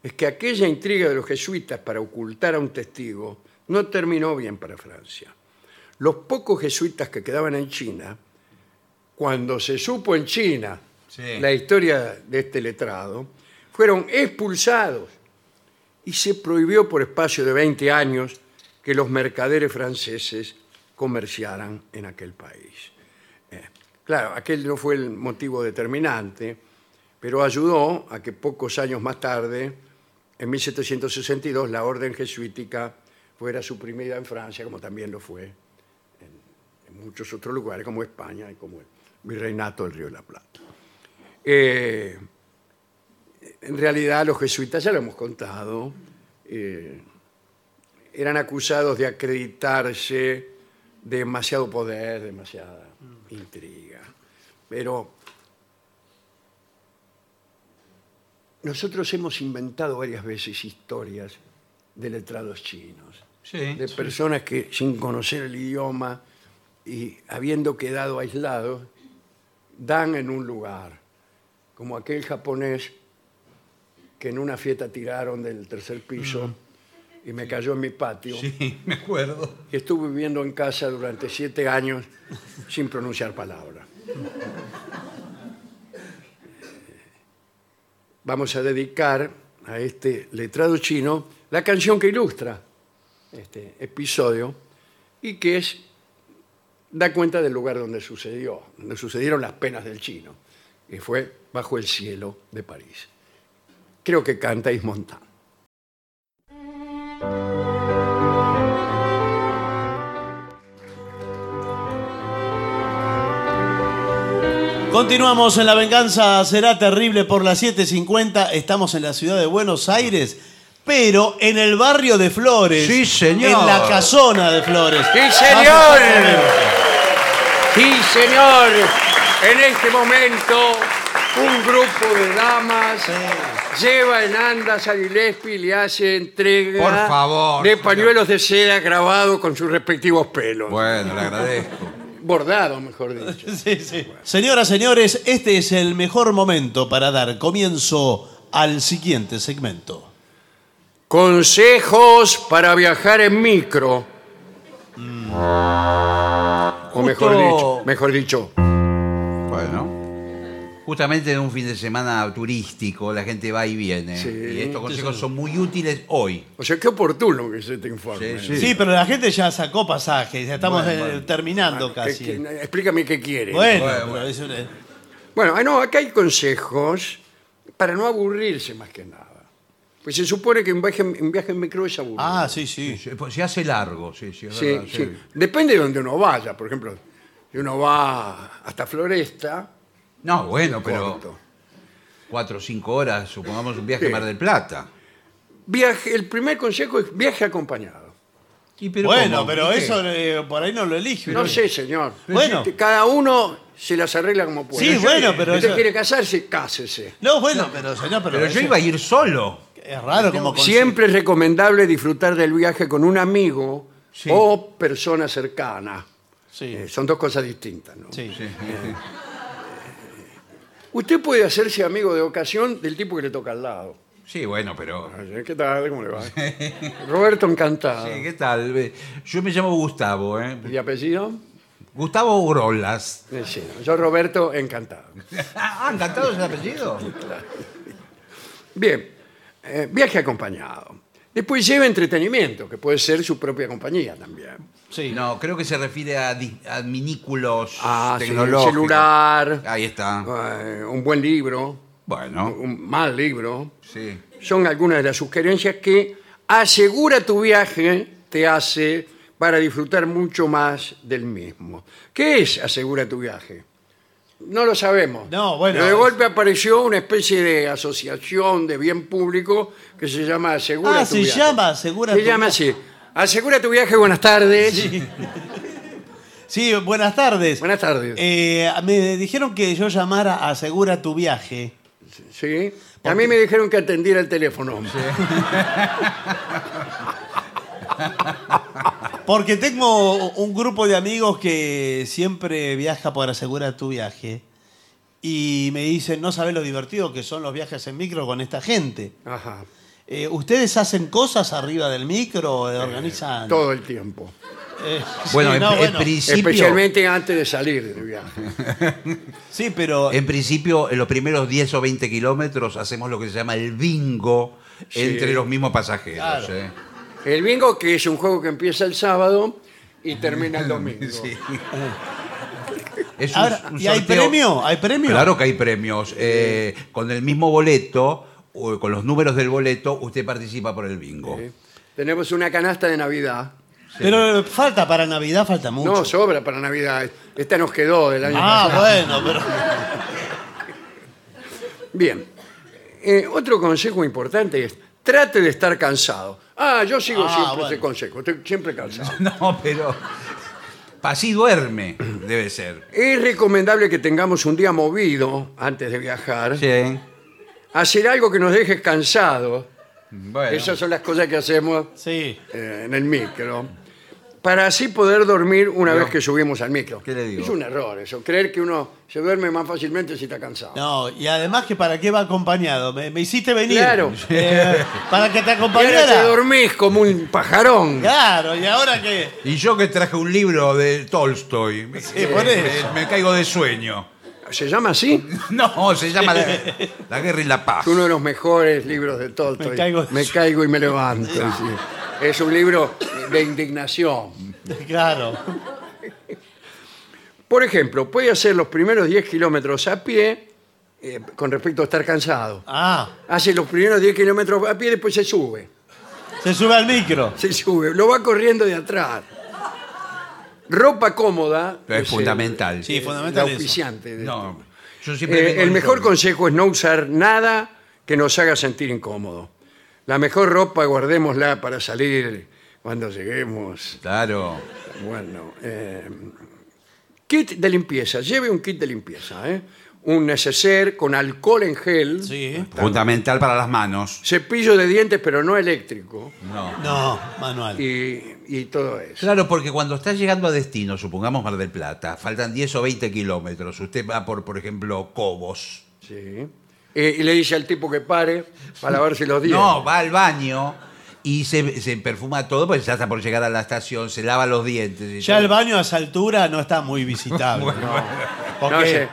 B: Es que aquella intriga de los jesuitas para ocultar a un testigo no terminó bien para Francia. Los pocos jesuitas que quedaban en China, cuando se supo en China
D: Sí.
B: la historia de este letrado, fueron expulsados y se prohibió por espacio de 20 años que los mercaderes franceses comerciaran en aquel país. Eh, claro, aquel no fue el motivo determinante, pero ayudó a que pocos años más tarde, en 1762, la orden jesuítica fuera suprimida en Francia, como también lo fue en, en muchos otros lugares, como España y como el virreinato del Río de la Plata. Eh, en realidad los jesuitas, ya lo hemos contado, eh, eran acusados de acreditarse de demasiado poder, demasiada intriga. Pero nosotros hemos inventado varias veces historias de letrados chinos,
D: Sí.
B: de personas que sin conocer el idioma y habiendo quedado aislados, dan en un lugar, como aquel japonés que en una fiesta tiraron del tercer piso y me cayó en mi patio.
D: Sí, me acuerdo.
B: Y estuve viviendo en casa durante siete años sin pronunciar palabra. Vamos a dedicar a este letrado chino la canción que ilustra este episodio y que es da cuenta del lugar donde sucedió, donde sucedieron las penas del chino, que fue bajo el cielo de París. Creo que canta Ismontán.
C: Continuamos en La Venganza Será Terrible por las 7.50. Estamos en la ciudad de Buenos Aires, pero en el barrio de Flores.
D: Sí, señor.
C: En la casona de Flores.
B: ¡Sí, señor! Sí, señor. En este momento, un grupo de damas lleva en andas a Gillespie y le hace entrega
D: Por favor,
B: de
D: señor.
B: pañuelos de seda grabados con sus respectivos pelos.
D: Bueno, le agradezco.
B: Bordados, mejor dicho.
C: [laughs] Sí, sí. Señoras, señores, este es el mejor momento para dar comienzo al siguiente segmento.
B: Consejos para viajar en micro.
D: Mm.
B: O mejor
C: Justo-
B: dicho, mejor dicho,
D: Bueno. Justamente en un fin de semana turístico, la gente va y viene.
B: Sí.
D: y estos consejos son muy útiles hoy.
B: o sea, qué oportuno que se te informe.
D: Sí,
C: Sí, pero la gente ya sacó pasajes, ya estamos
D: Bueno, bueno.
C: eh, terminando casi.
B: Que- que- explícame qué quiere.
C: Bueno,
D: Bueno,
C: pero
D: bueno.
C: es una-
B: Bueno, ah, no, acá hay consejos para no aburrirse más que nada. Pues se supone que un viaje, un viaje en micro es aburrido.
C: Ah, sí, sí.
D: Se, se hace largo, sí, sí, es
B: Sí,
D: verdad, sí.
B: sí. Depende de donde uno vaya. Por ejemplo, si uno va hasta Floresta,
D: No, bueno, pero
B: corto.
D: cuatro o cinco horas, supongamos un viaje
B: Sí.
D: a Mar del Plata.
B: Viaje, el primer consejo es viaje acompañado.
C: Bueno,
D: ¿cómo?
C: pero
D: ¿Qué?
C: eso eh, por ahí no lo elige.
B: No sé, señor.
C: Bueno.
B: Este, Cada uno se las arregla como puede.
C: Sí, bueno, pero
B: Si usted
C: eso-
B: quiere casarse, cásese.
C: No, bueno, pero señor, pero,
D: Pero yo
C: eso-
D: iba a ir solo.
C: Es raro como consi-
B: Siempre es recomendable disfrutar del viaje con un amigo
D: Sí.
B: o persona cercana.
C: Sí,
B: Eh, son dos cosas distintas, ¿no?
C: sí.
B: Usted puede hacerse amigo de ocasión del tipo que le toca al lado.
D: Sí, bueno, pero...
B: Ay, ¿Qué tal? ¿Cómo le va? Roberto encantado.
D: Sí, ¿qué tal? Eh, Yo me llamo Gustavo, ¿eh?
B: ¿Y apellido?
D: Gustavo Grolas.
B: Eh, sí, yo Roberto encantado.
D: ah, encantado ese apellido.
B: Bien, eh, viaje acompañado. Después lleva entretenimiento, que puede ser su propia compañía también.
C: sí.
D: No, creo que se refiere a, di- a minículos
B: Ah, sí,
D: tecnológicos.
B: celular.
D: Ahí está.
B: eh, un buen libro,
D: Bueno,
B: un mal libro.
D: sí.
B: Son algunas de las sugerencias que asegura tu viaje te hace para disfrutar mucho más del mismo. ¿Qué es asegura tu viaje? No lo sabemos.
C: No, bueno,
B: Pero de
C: es-
B: golpe apareció una especie de asociación de bien público que se llama Asegura
C: Ah,
B: tu
C: se
B: viaje.
C: llama Asegura
B: se
C: tu
B: llama
C: Viaje.
B: así. Asegura tu viaje, buenas tardes.
C: Sí, buenas tardes.
B: Buenas tardes.
C: Eh, me dijeron que yo llamara a Asegura tu viaje.
B: Sí. A mí me dijeron que atendiera el teléfono.
C: Porque tengo un grupo de amigos que siempre viaja por Asegura tu viaje. Y me dicen, no sabes lo divertido que son los viajes en micro con esta gente.
B: Ajá.
C: Eh, ¿Ustedes hacen cosas arriba del micro? Eh, ¿Organizan?
B: Todo el tiempo.
C: Eh, sí,
D: Bueno, en,
C: no,
D: en
C: bueno.
D: principio,
B: Especialmente antes de salir del viaje.
C: Sí, pero...
D: en principio, en los primeros 10 o 20 kilómetros hacemos lo que se llama el bingo
B: Sí.
D: entre los mismos pasajeros.
C: Claro.
D: ¿eh?
B: El bingo, que es un juego que empieza el sábado y
C: Ah,
B: termina el
C: [laughs]
B: domingo.
D: Sí. Es un-
C: Ahora,
D: un
C: ¿Y hay
D: sorteo-
C: premio? ¿Hay premio?
D: Claro que hay premios. Eh, con el mismo boleto, o con los números del boleto, usted participa por el bingo.
B: ¿Eh? Tenemos una canasta de Navidad.
C: Pero falta para Navidad, falta mucho.
B: No, sobra para Navidad. Esta nos quedó del año
C: ah,
B: pasado.
C: bueno, pero.
B: Bien. Eh, otro consejo importante es, trate de estar cansado. Ah, yo sigo
C: Ah,
B: siempre
C: bueno.
B: ese consejo. Estoy siempre cansado.
D: [laughs] No, pero. Pasí duerme, debe ser.
B: Es recomendable que tengamos un día movido antes de viajar.
D: Sí.
B: Hacer algo que nos deje cansados.
D: Bueno.
B: Esas son las cosas que hacemos
C: Sí.
B: eh, en el micro. Para así poder dormir una
D: No.
B: vez que subimos al micro.
D: ¿Qué le digo?
B: Es un error eso. Creer que uno se duerme más fácilmente si está cansado.
C: No, y además que para qué va acompañado. Me, me hiciste venir.
B: Claro.
C: Eh, para
B: Y
C: que te
B: ahora te
C: acompañara.
B: dormís como un pajarón.
C: Claro, y ahora que.
D: Y yo que traje un libro de Tolstoy. Eh,
C: por
D: eh,
C: eso.
D: Me, caigo de sueño. [laughs]
B: ¿Se llama así?
D: No, se llama La, La Guerra y la Paz.
B: Es uno de los mejores libros de Tolstoy.
C: Me caigo de su-
B: caigo y me levanto. sí. Es un libro de indignación.
C: Claro.
B: Por ejemplo, puede hacer los primeros 10 kilómetros a pie eh, con respecto a estar cansado.
C: Ah,
B: Hace los primeros 10 kilómetros a pie y después se sube.
C: se sube al micro.
B: Se sube. Lo va corriendo de atrás. Ropa cómoda.
D: Pero es,
B: el-
D: fundamental.
C: Sí,
B: la
C: fundamental eso.
B: oficiante. de esto.
D: No, yo siempre
B: Eh,
D: vengo
B: el
D: en
B: mejor
D: short.
B: consejo es no usar nada que nos haga sentir incómodo. La mejor ropa guardémosla para salir cuando lleguemos.
D: Claro.
B: Bueno, eh, kit de limpieza. Lleve un kit de limpieza. ¿eh? Un neceser con alcohol en gel,
C: Sí.
D: Fundamental para las manos.
B: cepillo de dientes pero no eléctrico
D: No.
C: No, manual.
B: y, y todo eso.
D: Claro, porque cuando está llegando a destino, supongamos Mar del Plata, faltan 10 o 20 kilómetros. Usted va por, por ejemplo, Cobos.
B: Sí. Eh, y le dice al tipo que pare para lavarse
C: [laughs]
B: los dientes.
D: No, va al baño y se, se perfuma todo, pues ya está por llegar a la estación, se lava los dientes. y
C: Ya
D: todo.
C: el baño a esa altura no está muy
D: [laughs]
C: visitable. no.
B: No
C: Porque-
B: se,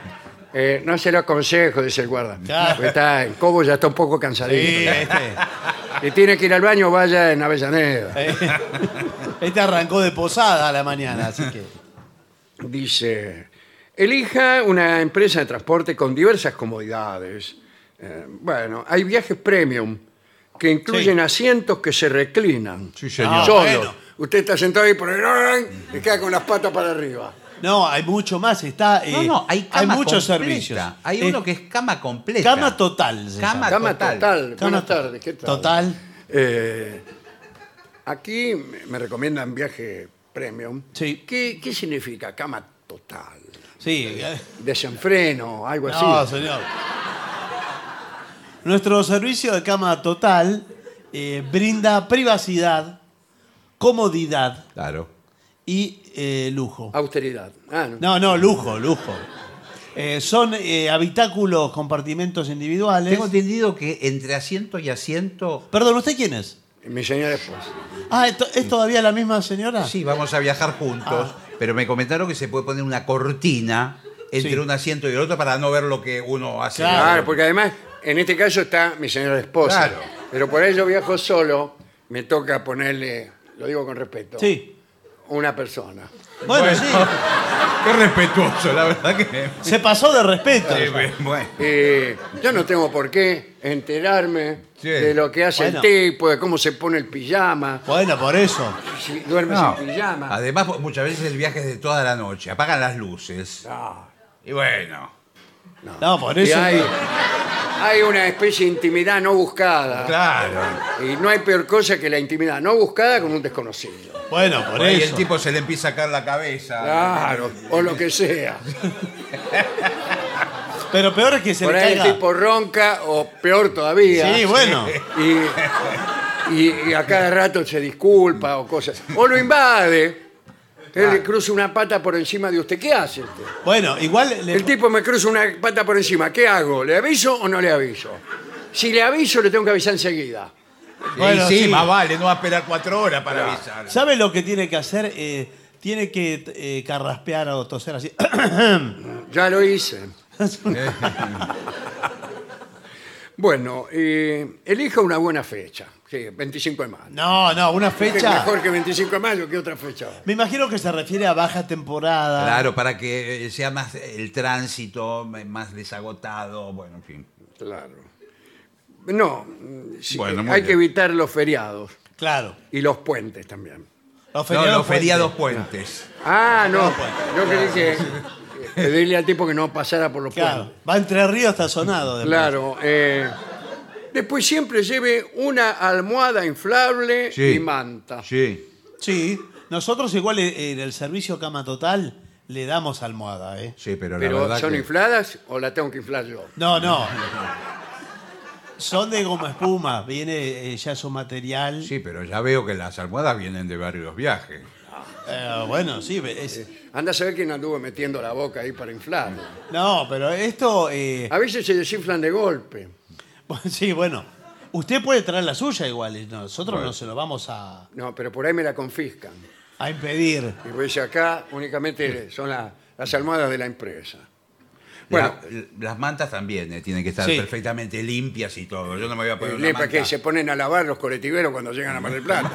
B: eh, no se lo aconsejo, dice el guarda.
C: Claro.
B: Porque Está, el Cobo ya está un poco
C: Sí,
B: cansadito.
C: este,
B: Si tiene que ir al baño, vaya en Avellaneda.
C: eh, este arrancó de posada a la mañana, así que.
B: Dice, elija una empresa de transporte con diversas comodidades. Eh, bueno, hay viajes premium que incluyen
C: Sí.
B: asientos que se reclinan.
D: Sí,
C: Ah,
D: señor.
B: Solo.
C: bueno.
B: Usted está sentado ahí por el... Y queda con las patas para arriba.
C: No, hay mucho más. Está, eh,
D: no, no, hay cama
C: muchos
D: completa.
C: servicios.
D: Hay
C: Eh,
D: uno que es cama completa.
C: Cama Ah, total. se
D: Cama
C: llama.
B: Cama total.
D: total.
B: Buenas
C: Cama
B: tardes. ¿Qué tal?
C: Total.
B: Eh, aquí me me recomiendan viaje premium.
C: Sí.
B: ¿Qué, qué significa cama total?
C: Sí. eh,
B: Desenfreno, algo
C: No,
B: así.
C: señor. Nuestro servicio de cama total eh, brinda privacidad, comodidad
D: Claro.
C: y eh, lujo.
B: Austeridad. Ah, no.
C: No, no, lujo, lujo. Eh, son eh, habitáculos, compartimentos individuales.
D: Tengo entendido que entre asiento y asiento.
C: Perdón, ¿usted quién es?
B: Mi señora esposa.
C: Ah, ¿esto- ¿es todavía la misma señora?
D: Sí, vamos a viajar juntos,
C: Ah.
D: pero me comentaron que se puede poner una cortina entre
C: Sí.
D: un asiento y el otro para no ver lo que uno hace.
C: Claro.
B: Claro, porque además, en este caso está mi señora esposa.
D: Claro.
B: Pero por ello viajo solo, me toca ponerle, lo digo con respeto,
C: Sí.
B: una persona.
C: Bueno,
D: Bueno.
C: sí.
D: [laughs] Qué respetuoso, la verdad que.
C: Se pasó de respeto.
D: Sí, bueno.
B: Eh, yo no tengo por qué enterarme
D: Sí.
B: de lo que hace
C: Bueno.
B: el tipo, de cómo se pone el pijama,
C: Bueno, por eso.
B: si duerme
D: No.
B: sin pijama.
D: Además, muchas veces el viaje es de toda la noche. Apagan las luces.
B: Ah,
D: Y bueno.
C: No, por
B: y
C: eso.
B: hay, hay una especie de intimidad no buscada.
D: Claro.
B: Y no hay peor cosa que la intimidad no buscada con un desconocido.
C: Bueno, por
D: Por ahí el
C: eso.
D: tipo se le empieza a sacar la cabeza.
B: Claro, o lo que sea.
C: Pero peor es que [laughs] se
B: Por
C: le
B: ahí el
C: caiga.
B: tipo ronca o peor todavía.
C: Sí, bueno.
B: Y, y- y a cada rato se disculpa o cosas. O lo invade. Él le cruza una pata por encima de usted. ¿Qué hace usted?
C: Bueno, igual le-
B: El tipo me cruza una pata por encima. ¿Qué hago? ¿Le aviso o no le aviso? Si le aviso, le tengo que avisar enseguida.
D: Y
C: Bueno,
D: sí,
C: sí.
D: más vale, no va a esperar cuatro horas para avisar.
C: ¿Sabe lo que tiene que hacer? Eh, tiene que eh, carraspear o toser así. [coughs]
D: [laughs]
B: Ya lo hice. Bueno, eh, elija una buena fecha. Sí, 25 de mayo.
C: No, no, una
B: Que es
C: fecha.
B: mejor que 25 de mayo que otra fecha.
C: Me imagino que se refiere a baja temporada.
D: Claro, para que eh, sea más el tránsito, eh, más desagotado, bueno, en fin.
B: Claro. No, mm, sí,
D: Bueno, muy
B: hay
D: bien.
B: que evitar los feriados
C: Claro.
B: y los puentes también.
C: Los
D: No,
C: feriados.
D: los
C: puentes.
D: feriados puentes.
B: Ah, no.
C: No, pues,
B: Yo creí que pedirle al tipo que no pasara por los
C: Claro.
B: puentes.
C: Va entre ríos, está sonado. después.
B: Claro. eh, después siempre lleve una almohada inflable
D: Sí.
B: y manta.
D: Sí,
C: Sí. Nosotros, igual eh, en el servicio Cama Total, le damos almohada, ¿eh?
D: sí, pero, la
B: Pero
D: verdad
B: son
D: que-
B: infladas o la tengo que inflar yo.
C: No, no. Son de goma espuma. Viene eh, ya su material.
D: Sí, pero ya veo que las almohadas vienen de varios viajes.
C: Eh, bueno, sí. es-
B: Anda a saber quién anduvo metiendo la boca ahí para inflar.
C: No, pero esto. eh, [laughs]
B: A veces se desinflan de golpe.
C: Sí, bueno. Usted puede traer la suya igual. y Nosotros
D: Bueno.
C: no se lo vamos a,
B: No, pero por ahí me la confiscan.
C: a impedir.
B: Y voy a decir, acá únicamente son la- las almohadas de la empresa. Bueno,
D: La- las mantas también eh, tienen que estar
C: Sí. Eh,
D: perfectamente limpias y todo. Yo no me voy a poner una
B: lepa
D: manta.
B: que se ponen a lavar los colectiveros cuando llegan a Mar del Plata.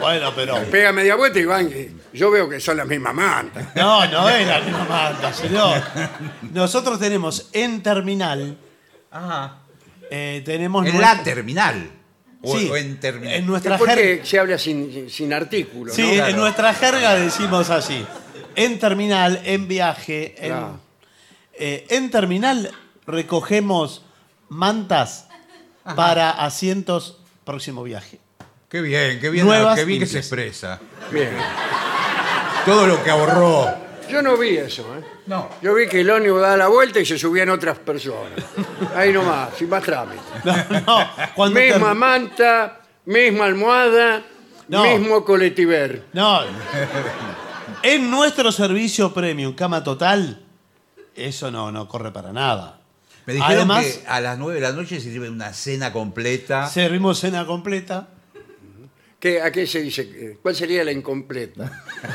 C: Bueno, pero.
B: Pega media vuelta y van. y Yo veo que son las mismas mantas.
C: No, no es la misma manta, señor. Nosotros tenemos en terminal,
D: Ajá.
C: eh, tenemos.
D: En
C: nuestra-
D: la terminal. O,
C: Sí,
D: o en terminal.
C: en nuestra jerga.
B: Porque se habla sin, sin artículo,
C: Sí,
B: ¿no?
D: Claro.
C: en nuestra jerga decimos así. En terminal, en viaje, en.
B: Claro.
C: eh, en terminal recogemos mantas para asientos próximo viaje. [laughs]
D: Qué bien, qué bien,
C: Nuevas
D: qué bien que se
C: limpias.
D: expresa.
B: Bien.
D: Todo lo que ahorró.
B: Yo no vi eso, ¿eh?
D: No.
B: Yo vi que el ónibus daba la vuelta y se subían otras personas. Ahí nomás, sin más trámite.
C: No, no. Cuando ter-
B: Misma manta, misma almohada,
C: No.
B: mismo colectiver.
C: No. En nuestro servicio premium, cama total, eso no, no corre para nada.
D: Me dijeron
C: Además,
D: que a las 9 de la noche se sirve una cena completa.
C: servimos cena completa.
B: ¿Qué, ¿A qué se dice? Eh, ¿Cuál sería la incompleta? Eh,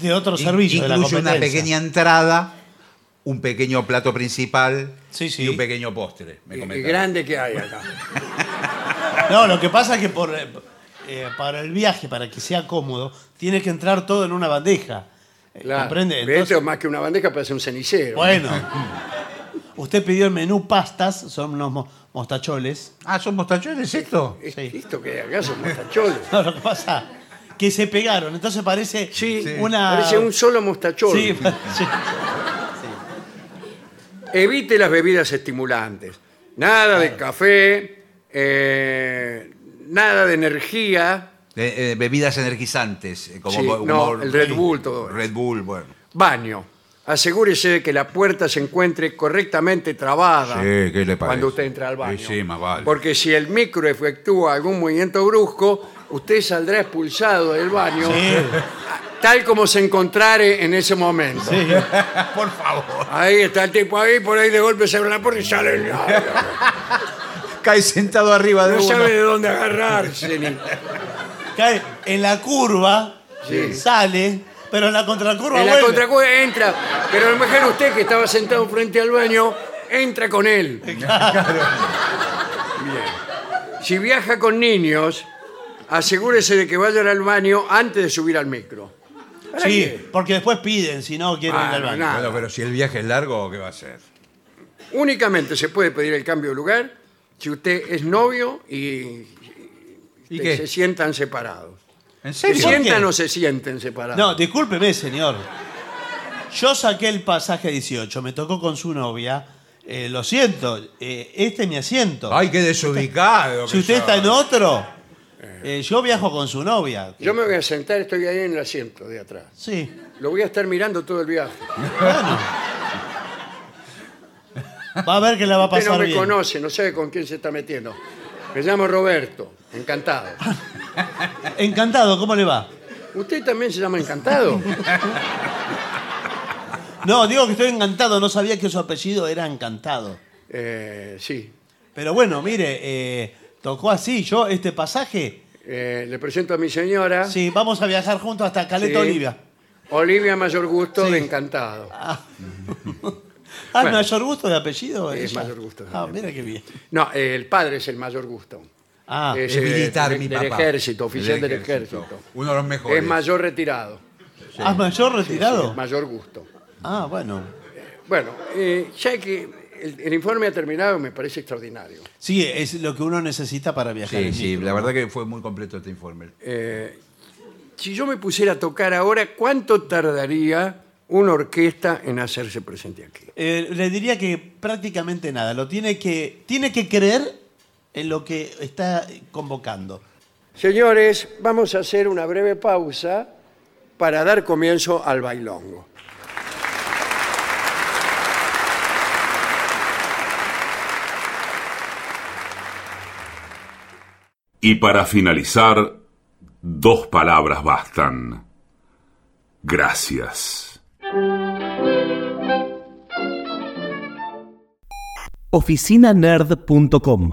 C: De otro
D: In-
C: servicio, de la
D: incluye una
C: competencia.
D: pequeña entrada, un pequeño plato principal
C: Sí, sí.
D: y un pequeño postre. Me
B: Qué
D: comentaron.
B: grande que hay acá.
C: [laughs] No, lo que pasa es que por, eh, eh, para el viaje, para que sea cómodo, tiene que entrar todo en una bandeja. Eh,
B: Claro.
C: ¿Comprende?
B: Pero
C: Entonces,
B: esto es más que una bandeja, parece un cenicero.
C: bueno.
B: [laughs]
C: Usted pidió el menú pastas, son unos mo- mostacholes.
D: Ah, ¿son mostachones esto?
B: ¿Es
C: sí.
B: esto que hay acá son mostacholes.
C: No, lo que pasa que se pegaron, entonces parece
B: Sí,
C: una...
B: Parece un solo mostachol.
C: Ah.
B: [laughs]
C: Sí, parece-
B: Evite las bebidas estimulantes. Nada de café, eh, nada de energía,
D: Eh, eh, bebidas energizantes. eh, Como
B: Sí,
D: como-
B: no, el Red Bull, todo eso.
D: Red Bull,
B: [laughs]
D: bueno.
B: baño. Asegúrese de que la puerta se encuentre correctamente trabada
D: Sí, ¿qué le parece?
B: cuando usted entra al baño.
D: Sí, sí, más vale.
B: Porque si el micro efectúa algún movimiento brusco, usted saldrá expulsado del baño
C: Sí.
B: tal como se encontrare en ese momento.
C: sí.
D: Por favor.
B: Ahí está el tipo ahí, por ahí de golpe se abre la puerta y sale
C: [laughs]
B: el
D: Cae sentado arriba de
B: No
D: uno.
B: sabe de dónde agarrarse. ni-
C: Cae en la curva,
B: Sí.
C: sale, pero en la contracurva
B: En la
C: vuelve.
B: contracue entra, pero a lo mejor usted que estaba sentado frente al baño, entra con él. Bien. Si viaja con niños, asegúrese de que vayan al baño antes de subir al micro. ¿Para qué?
C: Sí, porque después piden si no quieren ir
B: Ah,
C: al baño.
B: nada.
D: Bueno, pero si el viaje es largo, ¿qué va a ser?
B: Únicamente se puede pedir el cambio de lugar si usted es novio y,
D: ¿Y
B: que
D: qué?
B: se sientan separados.
D: ¿En
B: ¿Se
D: serio?
C: ¿Por qué?
B: sientan o se sienten separados?
C: No, discúlpeme, señor. Yo saqué el pasaje 18, me tocó con su novia. Eh, lo siento, eh, este es mi asiento.
D: Ay, qué desubicado.
C: si
D: que
C: usted
D: sos.
C: está en otro, eh, yo viajo con su novia.
B: Yo me voy a sentar, estoy ahí en el asiento de atrás.
C: Sí.
B: Lo voy a estar mirando todo el viaje.
C: Bueno. Va a ver que la va
B: [laughs]
C: a
B: Usted
C: pasar
B: no me
C: bien.
B: conoce, no sabe con quién se está metiendo. Me llamo Roberto, encantado.
C: Encantado, ¿cómo le va?
B: ¿Usted también se llama encantado?
C: No, digo que estoy encantado, no sabía que su apellido era encantado.
B: Eh, sí.
C: Pero bueno, mire, eh, tocó así. Yo, este pasaje,
B: Eh, le presento a mi señora,
C: sí, vamos a viajar juntos hasta Caleta
B: Sí.
C: Olivia.
B: Olivia Mayor Gusto
C: Sí.
B: de Encantado.
C: Ah,
B: Bueno.
C: mayor gusto de apellido.
B: Es
C: ella?
B: mayor gusto.
C: Ah, mira qué bien.
B: No, eh, el padre es el mayor gusto.
C: Ah,
B: Es,
D: es
B: eh,
D: militar,
B: del-
D: mi
B: del
D: papá.
B: ejército, oficial
D: Del
B: del
D: ejército.
B: ejército.
D: Uno de los mejores.
B: Es mayor retirado.
C: ah, mayor
B: Sí,
C: retirado.
B: es mayor gusto.
C: ah, bueno.
B: Bueno, eh, ya que el, el informe ha terminado, me parece extraordinario.
C: Sí, es lo que uno necesita para viajar.
D: Sí,
C: en
D: sí,
C: micro.
D: la verdad que fue muy completo este informe.
B: Eh, si yo me pusiera a tocar ahora, ¿cuánto tardaría una orquesta en hacerse presente aquí?
C: Eh, le diría que prácticamente nada. Lo tiene que, tiene que creer en lo que está convocando.
B: Señores, vamos a hacer una breve pausa para dar comienzo al bailongo.
E: Y para finalizar, dos palabras bastan. Gracias.
F: oficinanerd.com.